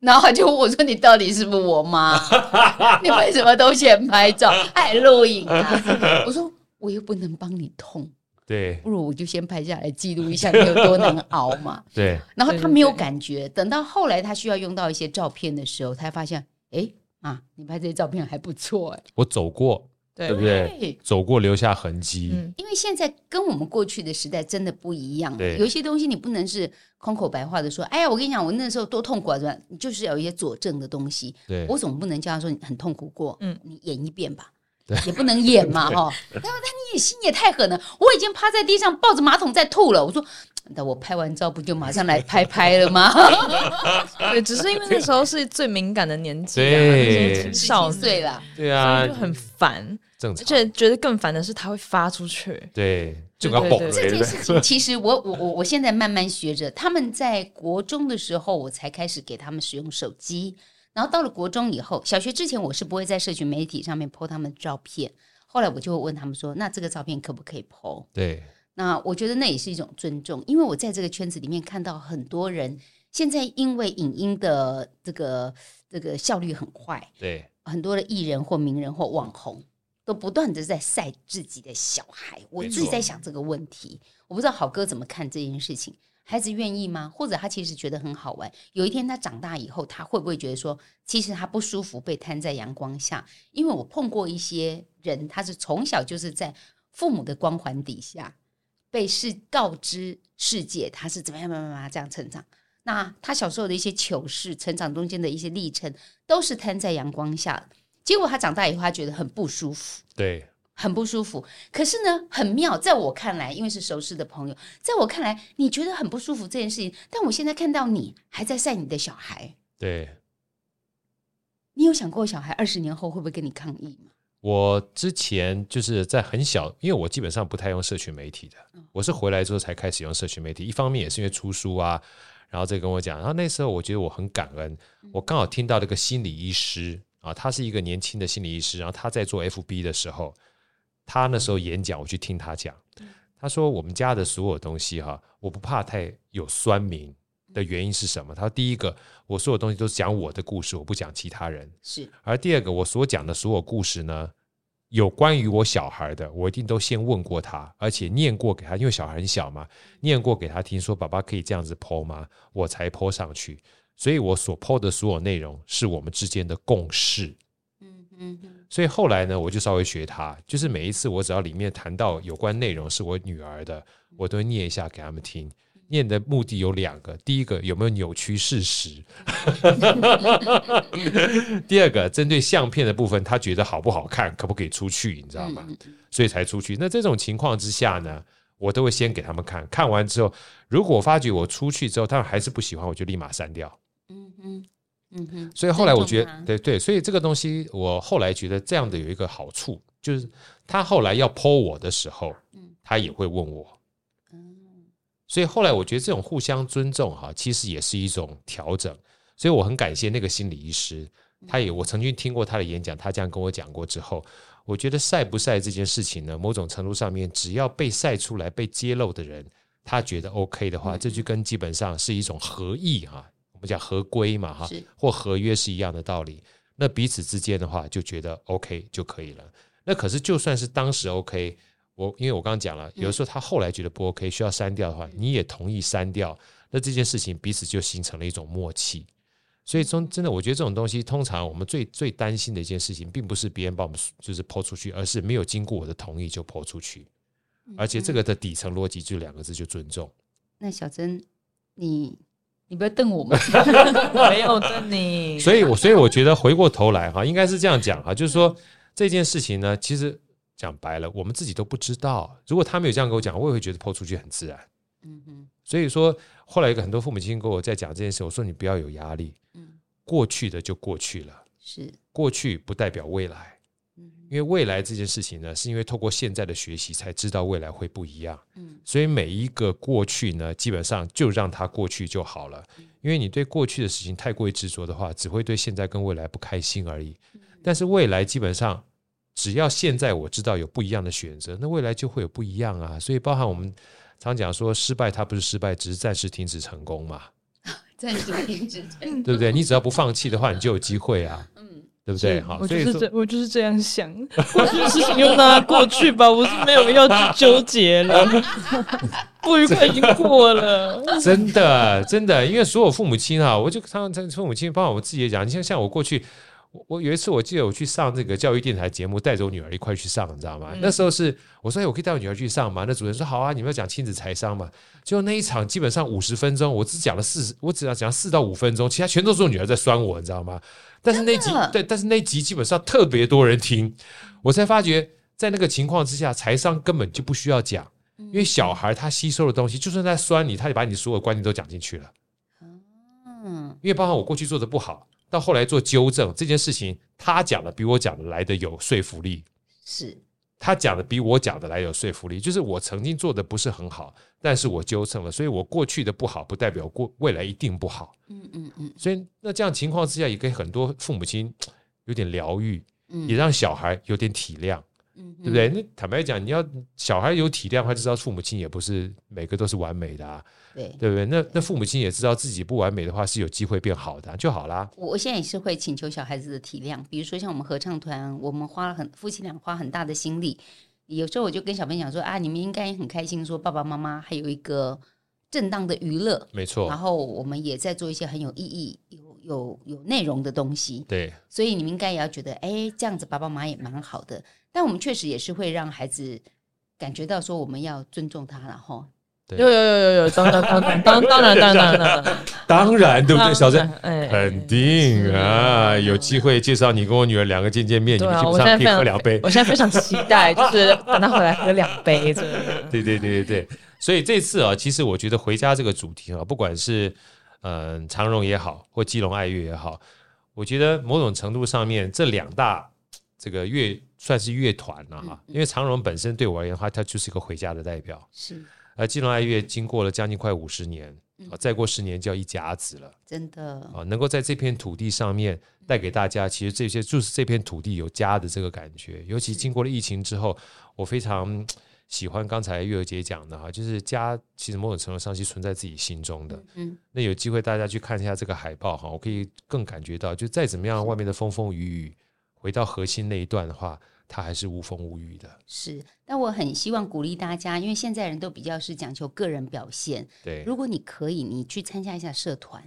然后他就问我说：“你到底是不是我妈？你为什么都先拍照，还录影啊？”我说：“我又不能帮你痛，
对
不如我就先拍下来记录一下你有多难熬嘛。
对，
然后
对
他
对
没有
对
感觉，等到后来他需要用到一些照片的时候，才发现，哎啊，你拍这些照片还不错哎、
我走过，
对
对不对？
对，
走过留下痕迹，
嗯，
因为现在跟我们过去的时代真的不一样了，
对
有一些东西你不能是空口白话的说，哎呀，我跟你讲，我那时候多痛苦啊，怎么样？你就是要有一些佐证的东西，
对
我总不能叫他说你很痛苦过，
嗯
你演一遍吧，也不能演 嘛哈。然后他你也心也太狠了，我已经趴在地上抱着马桶在吐了，我说。那我拍完照不就马上来拍拍了吗？
对，只是因为那时候是最敏感的年纪、啊，
对
那时候青
十
少
七
女
岁了，
对
所
啊
以就，很烦，
正
而
常，
且觉得更烦的是他会发出去，
对，就
对
要
对
蹦
对
了，
这
对
件
不
事
对？
情其实我我我我现在慢慢学着，他们在国中的时候，我才开始给他们使用手机，然后到了国中以后，小学之前我是不会在社群媒体上面 po 他们照片，后来我就会问他们说，那这个照片可不可以 po？
对
那我觉得那也是一种尊重，因为我在这个圈子里面看到很多人现在因为影音的这个这个效率很快，
对
很多的艺人或名人或网红都不断的在晒自己的小孩。我
没
自己
错
在想这个问题，我不知道好哥怎么看这件事情。孩子愿意吗？或者他其实觉得很好玩。有一天他长大以后，他会不会觉得说，其实他不舒服被摊在阳光下？因为我碰过一些人，他是从小就是在父母的光环底下被世告知世界他是怎么样、怎么样、怎么样这样成长。那他小时候的一些糗事、成长中间的一些历程，都是摊在阳光下的。结果他长大以后，他觉得很不舒服，
对
很不舒服。可是呢，很妙，在我看来，因为是熟识的朋友，在我看来，你觉得很不舒服这件事情，但我现在看到你还在晒你的小孩，
对。
你有想过小孩二十年后会不会跟你抗议吗？
我之前就是在很小，因为我基本上不太用社群媒体的，我是回来之后才开始用社群媒体。一方面也是因为出书啊，然后再跟我讲，然后那时候我觉得我很感恩，我刚好听到了一个心理医师啊，他是一个年轻的心理医师，然后他在做 FB 的时候，他那时候演讲，我去听他讲，他说我们家的所有东西哈、我不怕太有酸民的原因是什么？他说第一个，我所有东西都讲我的故事，我不讲其他人。
是
而第二个，我所讲的所有故事呢，有关于我小孩的，我一定都先问过他，而且念过给他，因为小孩很小嘛，念过给他听说，爸爸可以这样子剖吗？我才剖上去。所以我所剖的所有内容是我们之间的共识。
嗯嗯嗯，
所以后来呢，我就稍微学他，就是每一次我只要里面谈到有关内容是我女儿的，我都会念一下给他们听。念的目的有两个，第一个有没有扭曲事实， 第二个针对相片的部分，他觉得好不好看，可不可以出去，你知道
嗯
吗？所以才出去。那这种情况之下呢，我都会先给他们看看完之后，如果我发觉我出去之后他们还是不喜欢，我就立马删掉。
嗯嗯嗯嗯，
所以后来我觉
尊重
得
他，
对对，所以这个东西我后来觉得这样的有一个好处，就是他后来要剖我的时候，
嗯
他也会问我。
嗯
所以后来我觉得这种互相尊重哈、其实也是一种调整。所以我很感谢那个心理医师，他也我曾经听过他的演讲，他这样跟我讲过之后，我觉得晒不晒这件事情呢，某种程度上面，只要被晒出来、被揭露的人，他觉得 OK 的话，这就跟基本上是一种合意啊，我们讲合规嘛哈
是，
或合约是一样的道理。那彼此之间的话，就觉得 OK 就可以了。那可是就算是当时 OK，我因为我刚刚讲了，有的时候他后来觉得不 OK，需要删掉的话，你也同意删掉，那这件事情彼此就形成了一种默契。所以中真的，我觉得这种东西，通常我们最最担心的一件事情，并不是别人把我们就是抛出去，而是没有经过我的同意就抛出去。而且这个的底层逻辑就两个字，就尊重。
那小珍，你
你不要瞪我们，
没有的你，
所以我所以我觉得回过头来哈，应该是这样讲哈，就是说这件事情呢，其实讲白了，我们自己都不知道。如果他没有这样跟我讲，我也会觉得抛出去很自然。
嗯哼，
所以说，后来有个很多父母亲跟我在讲这件事，我说你不要有压力，
嗯
过去的就过去了，
是，
过去不代表未来。
嗯
因为未来这件事情呢，是因为透过现在的学习才知道未来会不一样，
嗯
所以每一个过去呢，基本上就让它过去就好了。因为你对过去的事情太过于执着的话，只会对现在跟未来不开心而已。但是未来基本上，只要现在我知道有不一样的选择，那未来就会有不一样啊。所以包含我们常讲说，失败它不是失败，只是暂时停止成功嘛，
暂时停止成
对不对？你只要不放弃的话，你就有机会啊，
嗯，
对不对？好，
我
所
就
以
是
说
这，我就是这样想， 过去的事情就让它过去吧，我是没有要去纠结了， 不愉快已经过了。
真的，真的，因为所有父母亲啊，我就常常父母亲，包括我自己也讲，你像像我过去，我我有一次我记得我去上这个教育电台节目，带着我女儿一块去上，你知道吗？
嗯
那时候是我说，哎，我可以带我女儿去上吗？那主持人说好啊，你们要讲亲子财商嘛。结果那一场基本上五十分钟，我只讲了四十，我只要讲四到五分钟，其他全都是我女儿在酸我，你知道吗？但是那集
真的
对，但是那集基本上特别多人听，我才发觉在那个情况之下，财商根本就不需要讲。
嗯
因为小孩他吸收的东西，就算在酸你，他也把你所有观念都讲进去了。
嗯
因为包含我过去做的不好，到后来做纠正这件事情，他讲的比我讲的来的有说服力，
是，
他讲的比我讲的来有说服力。就是我曾经做的不是很好，但是我纠正了，所以我过去的不好不代表过未来一定不好。
嗯嗯嗯
所以那这样情况之下，也给很多父母亲有点疗愈，
嗯，
也让小孩有点体谅。
嗯哼
对不？对？那坦白讲，你要小孩有体谅，他就知道父母亲也不是每个都是完美的啊，
对，
对不对？那那父母亲也知道自己不完美的话，是有机会变好的啊、就好啦。
我我现在也是会请求小孩子的体谅，比如说像我们合唱团，我们花了很夫妻俩花很大的心力，有时候我就跟小朋友讲说啊，你们应该很开心，说爸爸妈妈还有一个正当的娱乐，
没错
然，后我们也在做一些很有意义、有有有内容的东西，
对，
所以你们应该也要觉得，哎，这样子爸爸妈妈也蛮好的。但我们确实也是会让孩子感觉到说我们要尊重他，然后
有有有有有，当当当当当当然当然当然，
当然， 对不对，小郑？
哎
肯定啊，有机会介绍你跟我女儿两个见见面，你
对
们
啊，
基本
我现
上
在
可
非
以喝
常
两杯。
我现在非常期待，就是等他回来喝两杯，真 的。
对对对对对，所以这次啊，其实我觉得回家这个主题啊，不管是嗯、呃长荣也好，或基隆爱乐也好，我觉得某种程度上面这两大这个乐算是乐团了、哈，因为长荣本身对我而言的话，它就是一个回家的代表，
是
而基隆爱乐经过了将近快五十年啊，再过十年就要一甲子了。
真的，
啊，能够在这片土地上面带给大家，其实这些就是这片土地有家的这个感觉。尤其经过了疫情之后，我非常喜欢刚才月儿姐讲的哈，就是家其实某种程度上是存在自己心中的。
嗯，
那有机会大家去看一下这个海报哈，我可以更感觉到，就再怎么样外面的风风雨雨，回到核心那一段的话，它还是无风无雨的。
是。但我很希望鼓励大家，因为现在人都比较是讲求个人表现。
对，
如果你可以，你去参加一下社团。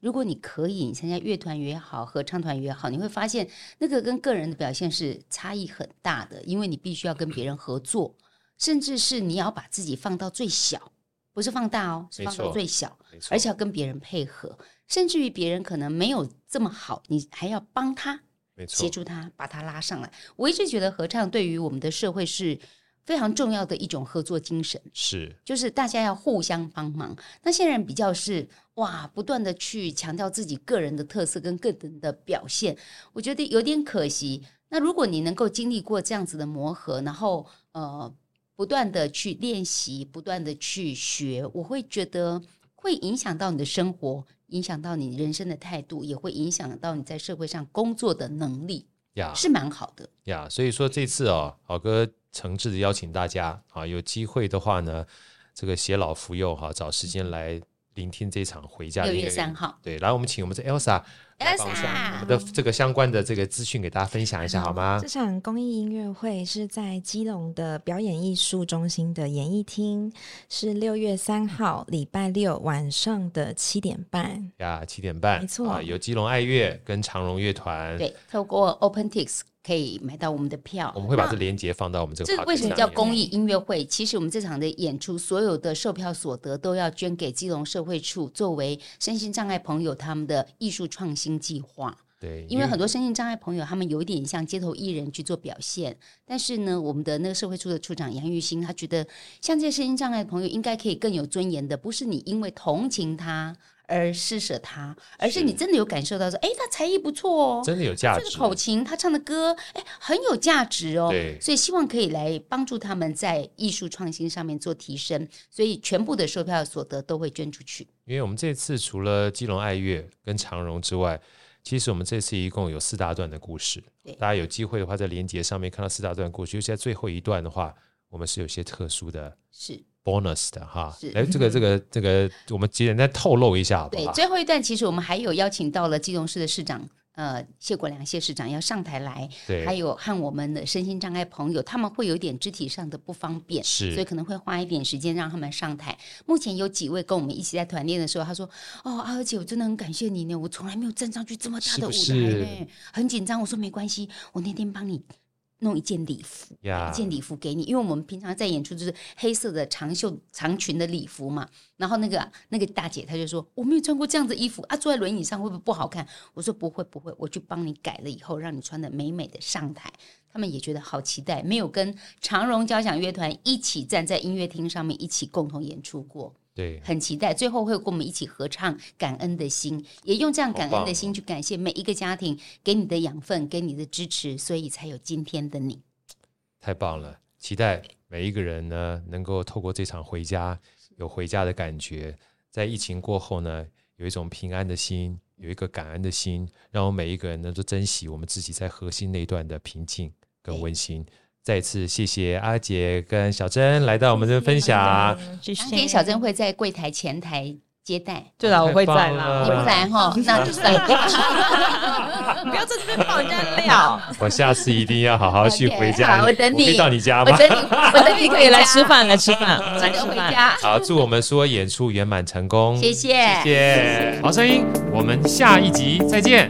如果你可以，你参加乐团也好，合唱团也好，你会发现那个跟个人的表现是差异很大的，因为你必须要跟别人合作，甚至是你要把自己放到最小，不是放大哦，是
没
放到
错
最小。
没错
而且要跟别人配合，甚至于别人可能没有这么好，你还要帮他
没
协
错，
助他把他拉上来。我一直觉得合唱对于我们的社会是非常重要的一种合作精神，
是
就是大家要互相帮忙。那现在人比较是哇，不断的去强调自己个人的特色跟个人的表现，我觉得有点可惜。那如果你能够经历过这样子的磨合，然后呃不断的去练习，不断的去学，我会觉得会影响到你的生活，影响到你人生的态度，也会影响到你在社会上工作的能力。
呀
是蛮好的。
呀，所以说这次哦，好哥诚挚的邀请大家啊，有机会的话呢，这个偕老扶幼哈、找时间来聆听这场回家的
六
音乐
月
会
三号
对，然后我们请我们这 Elsa 来帮一下我
，Elsa，
们的这个相关的这个资讯给大家分享一下好吗
这？场公益音乐会是在基隆的表演艺术中心的演艺厅，是六月三号礼拜六晚上的七点半。
呀，七点半，
没错
啊，有基隆爱乐跟长荣乐团，
对，透过 OpenTix 可以买到我们的票。
我们会把
那
这连接放到我们这个 podcast
这
上面。
为什么叫公益音乐会？其实我们这场的演出，所有的售票所得都要捐给基隆社会处，作为身心障碍朋友他们的艺术创新计划。
对，
因为很多身心障碍朋友，他们有一点像街头艺人去做表现，但是呢，我们的那个社会处的处长杨玉兴，他觉得像这些身心障碍的朋友，应该可以更有尊严的，不是你因为同情他而施舍他，而是
是
你真的有感受到说，哎，他才艺不错哦，
真的有价
这个
值，
口琴，他唱的歌，哎，很有价值哦。
对
所以希望可以来帮助他们在艺术创新上面做提升，所以全部的售票所得都会捐出去。
因为我们这次除了基隆爱乐跟长荣之外，其实我们这次一共有四大段的故事
对。
大家有机会的话，在连接上面看到四大段故事，尤其在最后一段的话，我们是有些特殊的
是
bonus 的哈哎
是。
来，这个这个这个，我们简单透露一下好不
对
好？
最后一段，其实我们还有邀请到了基隆市的市长。呃，谢国良谢市长要上台来，
对，
还有和我们的身心障碍朋友，他们会有点肢体上的不方便，所以
是
可能会花一点时间让他们上台。目前有几位跟我们一起在团练的时候，他说：“哦，阿娥姐，我真的很感谢你呢，我从来没有站上去这么大
是
的舞
不
台
是
呢，很紧张。”我说：“没关系，我那天帮你弄一件礼服，
呀
一件礼服给你，因为我们平常在演出就是黑色的长袖长裙的礼服嘛。然后那个那个大姐她就说：“我没有穿过这样子衣服啊，坐在轮椅上会不会不好看？”我说：“不会不会，我去帮你改了以后，让你穿的美美的上台。”他们也觉得好期待，没有跟长荣交响乐团一起站在音乐厅上面一起共同演出过，
对
很期待。最后会跟我们一起合唱《感恩的心》，也用这样感恩的心去感谢每一个家庭给你的养分、给你的支持，所以才有今天的你。
太棒了！期待每一个人呢，能够透过这场回家，有回家的感觉，在疫情过后呢，有一种平安的心，有一个感恩的心，让我们每一个人呢都珍惜我们自己在核心那一段的平静跟温馨。 再次谢谢阿杰跟小珍来到我们的分享，啊
谢
当天小珍会在柜台前台接待，
对啦，我会在
太棒
啦
了，
你不来哈，那就算了。
不要在这边爆人家的 料，
我下次一定要好 好去
OK，
回家，
好我等
可以
你
到你家
我
吗？
等你，我等你
可以来吃
回家，
饭，来吃 饭，来
记
吃
得回
饭。
家。
好，祝我们所有演出圆满成功，
谢谢
谢谢，好声音，我们下一集再见，